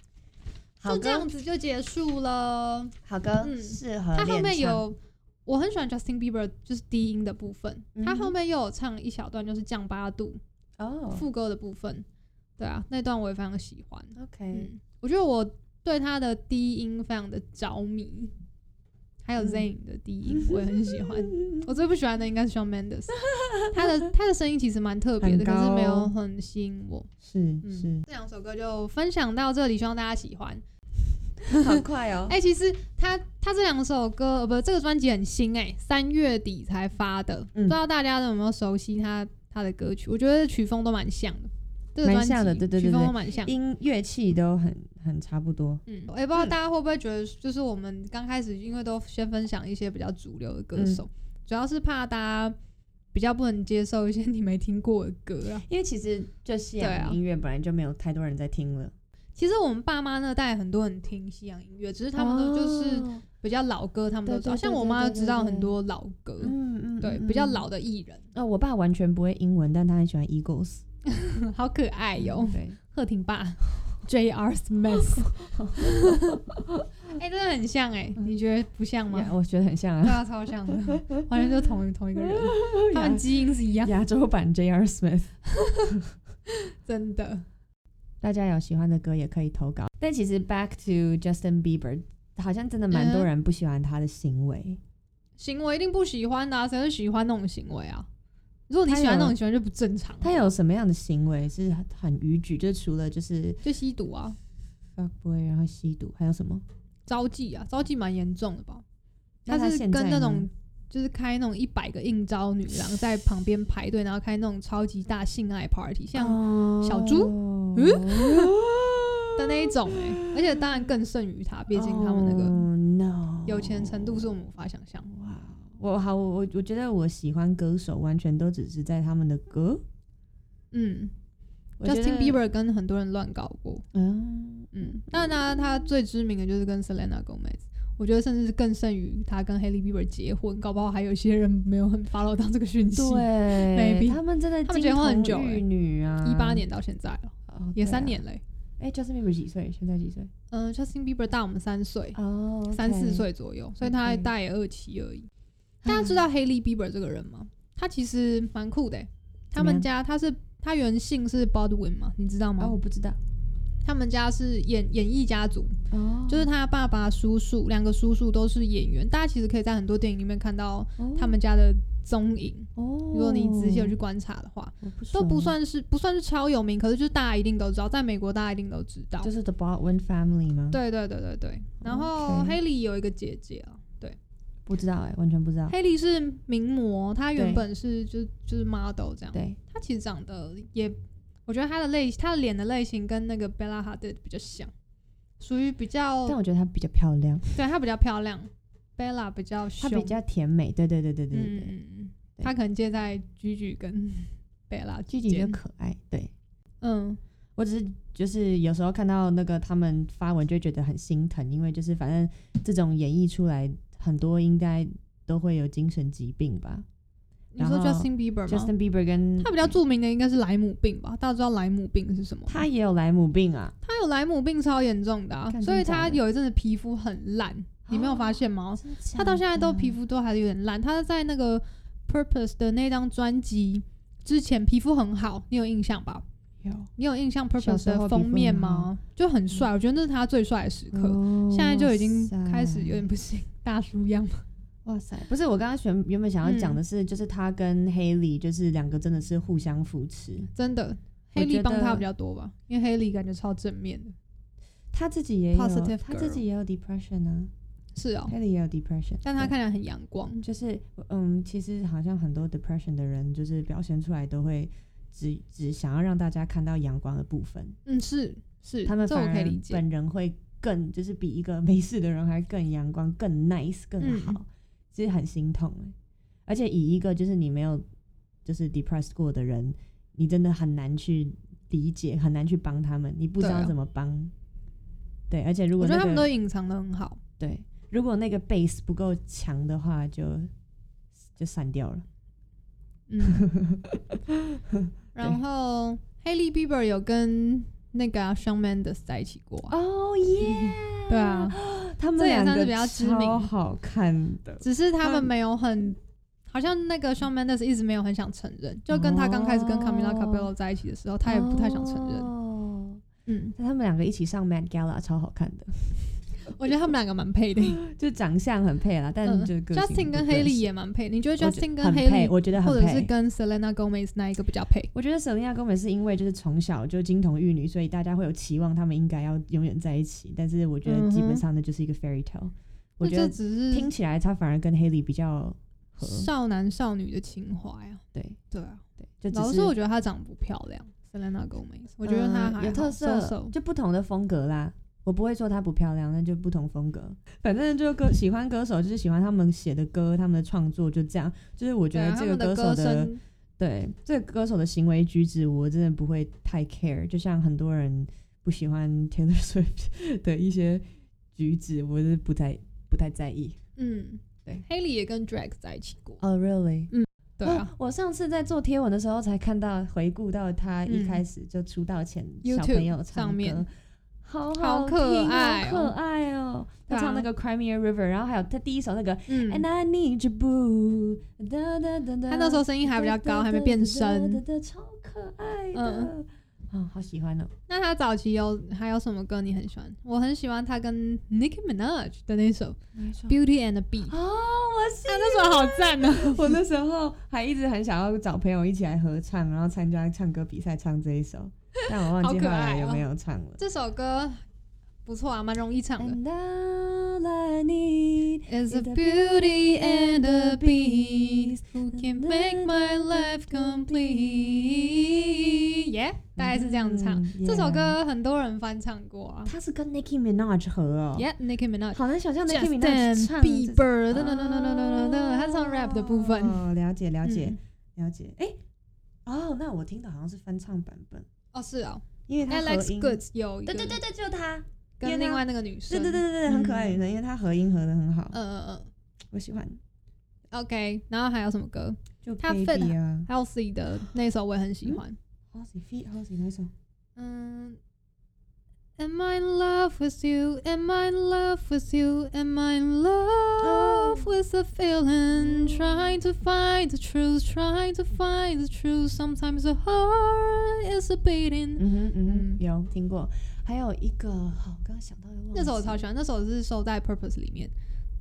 S2: 好
S1: 就这样
S2: 歌，
S1: 子就结束了。
S2: 好歌，
S1: 嗯
S2: 适合
S1: 他后
S2: 练
S1: 面
S2: 唱
S1: 有，我很喜欢 Justin Bieber 就是低音的部分，他
S2: 嗯
S1: 后
S2: 哼
S1: 面又有唱一小段就是降八度
S2: 哦
S1: 副歌的部分，对啊，那段我也非常喜欢。
S2: ，OK，
S1: 嗯，我觉得我对他的低音非常的着迷，还有
S2: 嗯
S1: Zayn 的低音我也很喜欢。我最不喜欢的应该是 Shawn Mendes，他的他的声音其实蛮特别
S2: 很
S1: 的，可是没
S2: 高哦
S1: 有很吸引我。
S2: 是
S1: 嗯
S2: 是，
S1: 这两首歌就分享到这里，希望大家喜欢。
S2: 好快哦
S1: 哎、。其实他他这两首歌，呃，不，这个专辑很新哎、三月底才发的，
S2: 嗯
S1: 不知道大家有没有熟悉他他的歌曲？我觉得曲风都蛮像的，这个
S2: 蛮
S1: 专辑
S2: 像的对对对
S1: 曲风
S2: 对
S1: 都蛮像。
S2: 音乐器都很很差不多。
S1: 嗯，我也不知道大家会不会觉得，就是我们刚开始因为都先分享一些比较主流的歌
S2: 嗯
S1: 手，主要是怕大家比较不能接受一些 你没听过的歌啊。
S2: 因为其实就西
S1: 对啊
S2: 洋音乐本来就没有太多人在听了，
S1: 其实我们爸妈那代很多人听西洋音乐，只是他们都就是
S2: 哦
S1: 比较老歌，他们都知道。
S2: 对对对
S1: 像我妈
S2: 对对对
S1: 知道很多老歌，
S2: 嗯嗯，
S1: 对
S2: 嗯
S1: 比较。
S2: 嗯
S1: 老的艺人，
S2: 哦，我爸完全不会英文，但他很喜欢 Eagles。
S1: 好可爱哟、
S2: 对，
S1: 贺廷 霸 J.R. Smith，哎、真的很像哎、
S2: 嗯
S1: 你觉得不像吗
S2: 呀我觉得很像
S1: 对
S2: 啊，
S1: 啊，超 像的，完全就同同一个人，啊他们基因是一样的，
S2: 亚洲版 J.R. Smith。
S1: 真的。
S2: 大家有喜欢的歌也可以投稿。但其实 Back to Justin Bieber，好像真的蛮多人不喜欢他的行为。
S1: 行为一定不喜欢的、啊，谁会喜欢那种行为啊？如果你
S2: 他
S1: 喜欢
S2: 有
S1: 那种行为就不正常啊、
S2: 他有什么样的行为是很很逾矩？就是除了就是
S1: 就吸毒啊，
S2: fuck boy，然后吸毒，还有什么？
S1: 招妓啊，招妓蛮严重的吧？
S2: 那
S1: 是
S2: 现在
S1: 跟那
S2: 呢
S1: 种就是开那种一百个应招女郎在旁边排队，然后开那种超级大性爱 party，像小 猪
S2: 哦
S1: 的那一种哎、而且当然更胜于他，毕竟他们那个
S2: 哦 no
S1: 有钱程度是我们无法想象。
S2: 哇，我好，我我我觉得我喜欢歌手完全都只是在他们的歌。
S1: 嗯
S2: 我觉得
S1: ，Justin Bieber 跟很多人乱搞过，
S2: 嗯，
S1: 嗯，那那他最知名的就是跟 Selena Gomez，我觉得甚至是更胜于他跟 Haley Bieber 结婚，搞不好还有一些人没有很 follow 到这个讯息。
S2: 对啊
S1: Maybe
S2: 他们真的
S1: 他们
S2: 金
S1: 结婚很久
S2: 童
S1: 欸
S2: 玉女啊，
S1: 一八年到现在了，欸
S2: 哦
S1: 也
S2: 对啊
S1: 三年嘞、
S2: 哎、j u s t i n Bieber 几岁？现在几岁？
S1: 嗯、j u s t i n Bieber 大我们三岁，
S2: 哦
S1: 三四。岁左右，所以他
S2: OK 啊
S1: 大也二七而已。大家知道 Haley Bieber 这个人吗？他其实蛮酷的欸、他
S2: 怎么
S1: 们
S2: 样
S1: 家他是他原姓是 Baldwin 嘛，你知道吗？
S2: 哦，我不知道。
S1: 他们家是演演艺家族，
S2: 哦，
S1: 就是他爸爸、叔叔两个叔叔都是演员。大家其实可以在很多电影里面看到他们家的踪影。
S2: 哦，
S1: 如果你仔细有去观察的话，
S2: 我不
S1: 都不
S2: 熟，
S1: 算是不算是超有名，可是就是大家一定都知道，在美国大家一定都知道。
S2: 就是 The Baldwin Family 吗？，
S1: 对对对对对。然后
S2: OK
S1: 黑莉有一个姐姐啊，对，
S2: 不知道哎、完全不知道。
S1: 黑莉是名模，她
S2: 对
S1: 原本是就就是 model 这样。
S2: 对，
S1: 她其实长得也，我觉得她的类她的脸的类型跟那个 Bella Hadid 比较像，属于比较
S2: 但我觉得她比较漂亮，
S1: 对她比较漂亮，Bella 比较
S2: 她
S1: 凶，
S2: 比较甜美。对对对对对对对，
S1: 嗯，她可能介在 Gigi 跟 Bella
S2: 具
S1: 之
S2: 体就
S1: 间。
S2: 可爱。对
S1: 嗯，
S2: 我只是就是有时候看到那个他们发文就会觉得很心疼，因为就是反正这种演绎出来很多应该都会有精神疾病吧。
S1: 你说
S2: 然后
S1: Justin Bieber 吗
S2: Justin Bieber 跟
S1: 他比较著名的应该是莱姆病吧？大家知道莱姆病是什么吗？
S2: 他也有莱姆病啊，
S1: 他有莱姆病超严重的、啊
S2: 干，
S1: 所
S2: 真
S1: 以
S2: 的假
S1: 他
S2: 的
S1: 有一阵子皮肤很烂，你没有发现
S2: 哦
S1: 吗？他到现在都皮肤都还有点烂。他在那个 Purpose 的那张专辑之前皮肤很好，你有印象吧？
S2: 有
S1: 你有印象
S2: 小
S1: Purpose
S2: 时候
S1: 的封面
S2: 皮肤很嗯
S1: 吗？就很帅，我觉得那是他最帅的时刻。
S2: 哦
S1: 现在就已经开始
S2: 塞
S1: 有点不行，大叔样。
S2: 哇塞，不是我刚刚原原本想要
S1: 嗯
S2: 讲的是，就是他跟黑莉就是两个真的是互相扶持，
S1: 真的。
S2: 我
S1: 黑莉
S2: 觉
S1: 帮他
S2: 得
S1: 比较多吧，因为黑莉感觉超正面的。
S2: 他自己也有
S1: Positive
S2: 他自己也有 depression 啊，
S1: 是哦，
S2: 黑莉也有 depression，
S1: 但他
S2: 对
S1: 看起来很阳光。
S2: 就是嗯，其实好像很多 depression 的人就是表现出来都会只只想要让大家看到阳光的部分，
S1: 嗯，是是，
S2: 他们
S1: 这
S2: 反
S1: 我可以
S2: 而
S1: 理解。
S2: 本人会更就是比一个没事的人还更阳光、更 nice、更
S1: 嗯
S2: 好，其实很心痛哎。而且以一个就是你没有就是 depressed 过的人，你真的很难去理解，很难去帮他们，你不知
S1: 对
S2: 道
S1: 啊
S2: 怎么帮。对，而且如果
S1: 我觉
S2: 那个
S1: 得他们都隐藏的很好。
S2: 对，如果那个 base 不够强的话，就就散掉了。
S1: 嗯，然后 Haley Bieber 有跟那个、啊、Shawn Mendes 在一起过、啊，
S2: 哦耶！
S1: 对啊，
S2: 他们
S1: 这也
S2: 两
S1: 算是
S2: 个
S1: 比较知名
S2: 超好看的。
S1: 只是他
S2: 他
S1: 们没有很，好像那个 Shawn Mendes 一直没有很想承认，就跟他刚开始跟 Camila
S2: 哦
S1: Cabello 在一起的时候，他也不太想承认。
S2: 哦
S1: 嗯，
S2: 他们两个一起上 Mad Gala 超好看的，
S1: 我觉得他们两个蛮配的，
S2: 就长相很配啦，但
S1: 嗯
S2: 就个性
S1: ，Justin
S2: 不
S1: 跟
S2: 对
S1: Haley
S2: 是
S1: 也蛮配。你觉得
S2: 我觉
S1: Justin 跟
S2: 很配，
S1: Haley
S2: 我觉得
S1: 或
S2: 很
S1: 者是
S2: 配。
S1: 跟 Selena Gomez 那一个比较配？
S2: 我觉得 Selena Gomez 是因为就是从小就金童玉女，所以大家会有期望他们应该要永远在一起。但是我觉得基本
S1: 嗯哼
S2: 上那就是一个 fairy tale。我
S1: 那
S2: 觉
S1: 这
S2: 得
S1: 只是
S2: 听起来他反而跟 Haley 比较合，
S1: 少男少女的情怀啊。
S2: 对
S1: 对啊，
S2: 对，就
S1: 老
S2: 只
S1: 实
S2: 是
S1: 说，我觉得她长得不漂亮。Selena Gomez，我觉得她
S2: 嗯
S1: 还
S2: 有特
S1: 好
S2: 色
S1: so-so
S2: 就不同的风格啦。我不会说她不漂亮，那就不同风
S1: 嗯
S2: 格。反正就歌喜欢歌手，就是喜欢他们写的歌，他们的创作就这样。就是我觉
S1: 对
S2: 得
S1: 啊，他
S2: 这个
S1: 们的
S2: 手
S1: 歌声，
S2: 对这个歌手的行为举止，我真的不会太 care。就像很多人不喜欢 Taylor Swift 的一些举止，我是不太不太在意。
S1: 嗯，
S2: 对
S1: ，Haley 也跟 Drake 在一起过，
S2: 哦、r e a l l y
S1: 对啊，
S2: 哦我上次在做贴文的时候才看到，回顾到他一
S1: 嗯
S2: 开始就出道前
S1: YouTube
S2: 小朋友唱
S1: 上面
S2: 歌，好
S1: 好
S2: 听
S1: 可爱
S2: 好可
S1: 哦
S2: 爱哦！他
S1: 对啊
S2: 唱那个《Crimea River》，然后还有他第一哎首那个《
S1: 嗯，
S2: And I Need You Boo》，哒哒哒哒，
S1: 她那时候声音还比较高，还没变
S2: 哒
S1: 声。
S2: 哒哒超可爱的
S1: 嗯，
S2: 啊，好喜欢哦！
S1: 那她早期有还有什么歌你很喜欢？我很喜欢她跟 Nicki Minaj 的那首《Beauty and the Beast》，
S2: 哦，我喜
S1: 啊，那首好赞呢。
S2: 我那时候还一直很想要找朋友一起来合唱，然后参加唱歌比赛唱这一首，但我忘记
S1: 好
S2: 后
S1: 可
S2: 来
S1: 爱哦
S2: 有没有唱了。
S1: 这首歌不错啊，蛮容易唱的。
S2: And all I need
S1: It's a
S2: It's a
S1: beauty and a
S2: and a
S1: beast
S2: beast
S1: who can make my life complete。Yeah，大概是这样子唱。
S2: 嗯
S1: 这首，
S2: yeah
S1: 歌很多人翻唱过啊。
S2: 它是跟 Nicki Minaj 合哦。
S1: Yeah，Nicki Minaj。
S2: 好难想象 Oh, Nicki Minaj
S1: Justin
S2: 唱
S1: Bieber，
S2: 噔
S1: 噔噔噔噔噔噔噔，他唱 rap 的部分，
S2: 哦，了解了解
S1: 嗯
S2: 了解。哎，哦，那我听的好像是翻唱版本，
S1: 哦是哦
S2: 因为它合
S1: ，Alex
S2: 音。
S1: Goods 有一个
S3: 对对对对，就他。
S2: 因
S1: 跟
S2: 为他
S1: 另外那个女
S2: 对
S1: 生，
S2: 对对对对，很可爱的女生，因为她合音合的很好，
S1: 嗯，嗯嗯
S2: 我喜欢。
S1: 嗯，OK，然后还有什么歌？
S2: 就
S1: 她
S2: Baby
S1: fit
S2: 啊
S1: 还有 C 的那首我也很喜欢，
S2: ，Halsey Fit Halsey 那首，
S1: 嗯，Am I in love with you? Am I in love with you? Am I in love?
S2: Oh.
S1: love with a feeling, trying to find the truth, trying to find the truth. Sometimes the heart is a
S2: Mm.
S1: beating.
S8: 嗯哼嗯
S1: 嗯
S8: 哼，有听过。还有一个，好，我刚刚想到又忘了。
S1: 那首我超喜欢，那首是收在 Purpose 里面。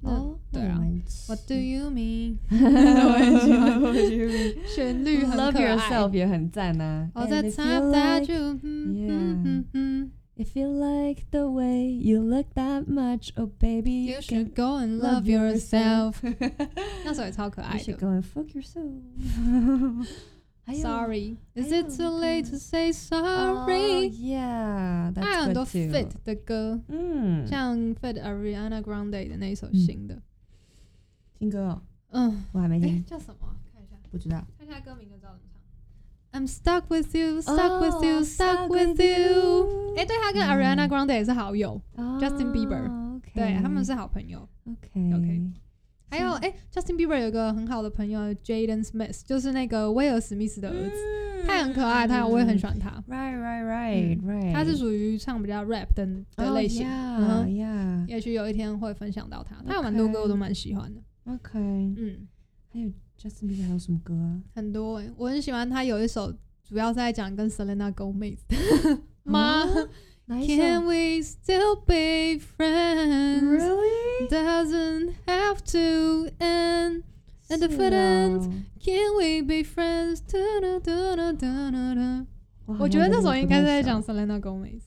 S1: 那
S8: 哦，那
S1: 对啊
S8: 我们
S1: What do you mean？
S2: 我也喜欢， 我也喜欢。
S1: 旋律很
S2: Love
S1: 可爱。
S2: yourself 也很赞啊。
S1: All
S2: And
S1: the
S2: if you
S1: time that
S2: like-
S1: you，嗯 mm-hmm, 嗯嗯
S2: If you like the way you look that much, oh baby,
S1: ，You
S2: you can
S1: should go and
S2: love
S1: love yourself
S2: yourself.。
S1: 那首也超可
S2: you
S1: 爱
S2: should
S1: 的。哎
S2: go and fuck yourself. 还有
S1: Sorry, is
S2: 还有
S1: it too late
S2: 那
S1: to say
S2: Oh,
S1: sorry？
S2: yeah,
S1: 哦还有
S2: that's
S1: 很
S2: good
S1: 多
S2: too. Hmm.
S1: fit 的歌，
S2: 嗯，
S1: 像 fit Ariana Grande 的那一首
S2: 嗯
S1: 新的，
S2: 新歌哦，
S1: 嗯，
S2: 我还没
S1: 哎
S2: 听，
S1: 叫什么啊？看一下，
S2: 不知道。
S1: 看一下歌名就知道怎么唱。I'm stuck with you, stuck with you,
S2: Oh,
S1: stuck with you。哎，对他跟 Ariana Grande 也是好友，Justin
S2: Oh,
S1: Bieber，
S2: 哦，OK
S1: 对他们是好朋友。
S2: OK
S1: OK 还有，哎，Justin Bieber 有个很好的朋友 Jaden Smith，就是那个威尔史密斯的儿子，他也很可爱，他我也很喜欢他。
S2: Hmm. Right, right, right, right。
S1: 他是属于唱比较 rap 的的类型，
S2: 哦 Yeah,
S1: 哼
S2: yeah.
S1: 也许有一天会分享到他。他有蛮多歌我都蛮喜欢的，
S2: OK。
S1: 嗯，
S2: 还有 Justin Bieber 还有什么歌啊？
S1: 很多、欸。我很喜欢他有一首，主要是在讲跟 Selena Gomez 的 妈、
S2: 哦哪
S1: c a n we still be friends?
S2: Really?
S1: Doesn't have to end. And the
S2: 是哦
S1: foot ends Can we be friends? 嘟嘟嘟嘟嘟嘟嘟
S2: 哇
S1: 我
S2: 好
S1: 觉
S2: 像
S1: 得那
S2: 真的
S1: 首应
S2: 不
S1: 该是
S2: 太
S1: 在
S2: 熟
S1: 讲 Selena Gomez，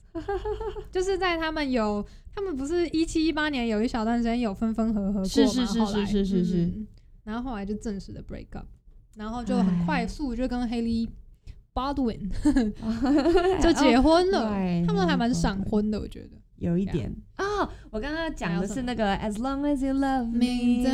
S1: 就是在他们有，他们不是一七一八年有一小段时间有分分合合过吗？
S2: 是是是
S1: 后来
S2: 是是是是
S1: 嗯然后后来就正式的 break up，然后就很快速就跟 Haley Baldwin 就结婚了，
S2: 哦对
S1: 他们还蛮
S2: Haley
S1: 闪婚的，我觉得。
S2: 有一
S1: Yeah
S2: 点啊。我刚刚讲
S1: 还
S2: 的
S1: 有什
S2: 是
S1: 么
S2: 那个 As long as you love
S1: 明
S2: me。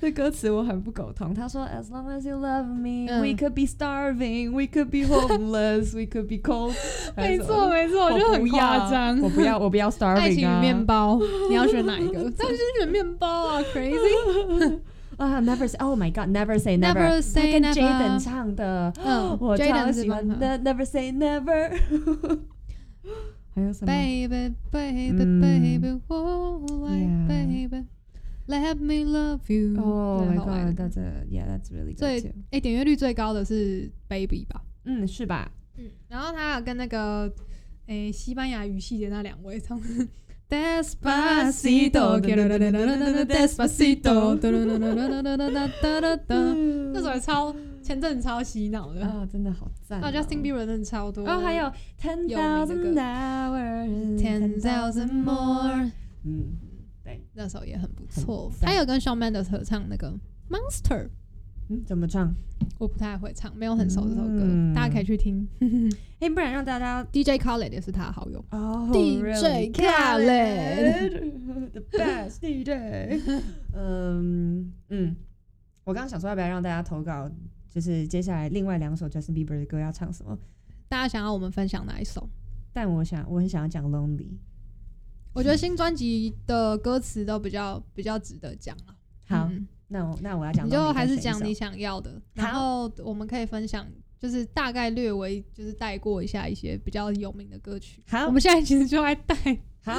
S2: 这歌词我很不苟同。他说：“As long as you love me,、
S1: 嗯
S2: we could be starving, we could be homeless, we could be cold。”
S1: 没错，没错，我觉得很夸张。
S2: 我不要，啊我不要 starving 啊！
S1: 爱情与面包，你要选哪一 个？当然是选面包啊，crazy。
S2: 啊、n e v e r say, oh my god, never say never，,
S1: Never
S2: 他
S1: say
S2: 跟
S1: never。
S2: Jaden 唱的，
S1: 嗯
S2: 我超
S1: ，Jaden 是
S2: 喜欢
S1: 帮他
S2: Ne- never say never。还有什么
S1: Baby, baby,
S2: 嗯
S1: baby, oh, like
S2: Yeah.
S1: baby, let me love you。
S2: ？Oh
S1: 蛮
S2: my
S1: 好玩
S2: god,
S1: 的
S2: that's a, yeah, that's really
S1: 最
S2: good too。
S1: 哎，点阅率最高的是 Baby 吧？
S2: 嗯，是吧？
S1: 嗯，然后他有跟那个诶西班牙语系的那两位唱 Despacito，Despacito，那 首也超前阵子超洗脑的，
S2: 啊，真的好赞哦！
S1: 啊，Justin Oh, Bieber 真的超多，
S2: 哦，还有 Oh, ten
S1: 有名
S2: thousand
S1: 的歌
S2: hours, Mm.
S1: Ten Thousand More，
S2: 嗯，
S1: 那首也很不错
S2: 很。赞
S1: 他有跟 Shawn Mendes 合唱那个 Monster，
S2: 嗯，怎么唱？
S1: 我不太会唱，没有很熟这首歌，
S2: 嗯
S1: 大家可以去听。
S2: 哎，不然让大家
S1: DJ Khaled 也是他的好友，
S2: 哦
S1: DJ
S2: the best DJ。嗯嗯，我刚刚想说要不要让大家投稿，就是接下来另外两首 Justin Bieber 的歌要唱什么？
S1: 大家想要我们分享哪一
S2: 嗯
S1: 首？
S2: 但我想我很想要讲 Lonely。
S1: 我觉得新专辑的歌词都比较比较值得讲了。
S2: 好，
S1: 嗯
S2: 那我那我要讲 Lonely 再选
S1: 你
S2: 一首，
S1: 就还是讲你想要的，然后我们可以分享，就是大概略微就是带过一下一些比较有名的歌曲。
S2: 好
S1: 我们现在其实就在带。
S2: 好，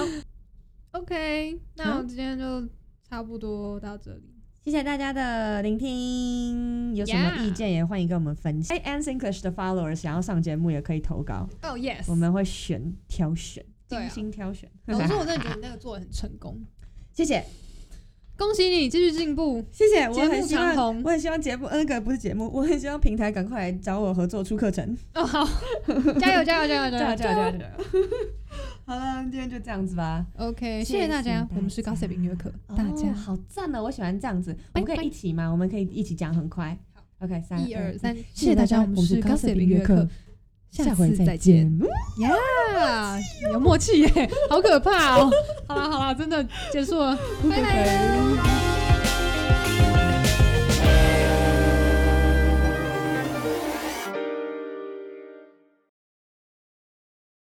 S1: OK，那
S2: 好
S1: 我今天就差不多到这里。
S2: 谢谢大家的聆听，有什么
S1: Yeah
S2: 意见也欢迎跟我们分享。哎 a n s English 的 followers 想要上节目也可以投稿，
S1: 哦、oh,，Yes，
S2: 我们会选挑选，
S1: 对
S2: 精
S1: 啊
S2: 心挑选。
S1: 老师，我真的觉得你那个做的很成功，
S2: 谢谢。
S1: 恭喜你继续进 步。
S2: 谢谢，
S1: 节
S2: 我
S1: 目
S2: 很希望，
S1: 长虹
S2: 我很希望节目，呃那个不是节目， 我很希望平台赶快来找我合作出课程。
S1: 哦、好，加油加油加油
S2: 对
S1: 加
S2: 啊，对！
S1: 油
S2: 啊，对啊。对啊 好了，今天就这样子吧。
S1: OK，
S2: 谢
S1: 谢谢大家
S2: 谢，
S1: 我们是
S2: 大家
S1: Gossip 音乐课，
S2: 哦
S1: 大家
S2: 好赞哦，我喜欢这样子，我
S1: 拜
S2: 们可
S1: 拜
S2: 以一起吗？我们可以一起讲很快。OK，三
S1: 一二，三，
S2: 谢谢大家，我们是 Gossip 音乐课，，下回再见。。
S1: 呀， 有默契耶，好可怕哦！好啦好啦，真的结束了，拜拜。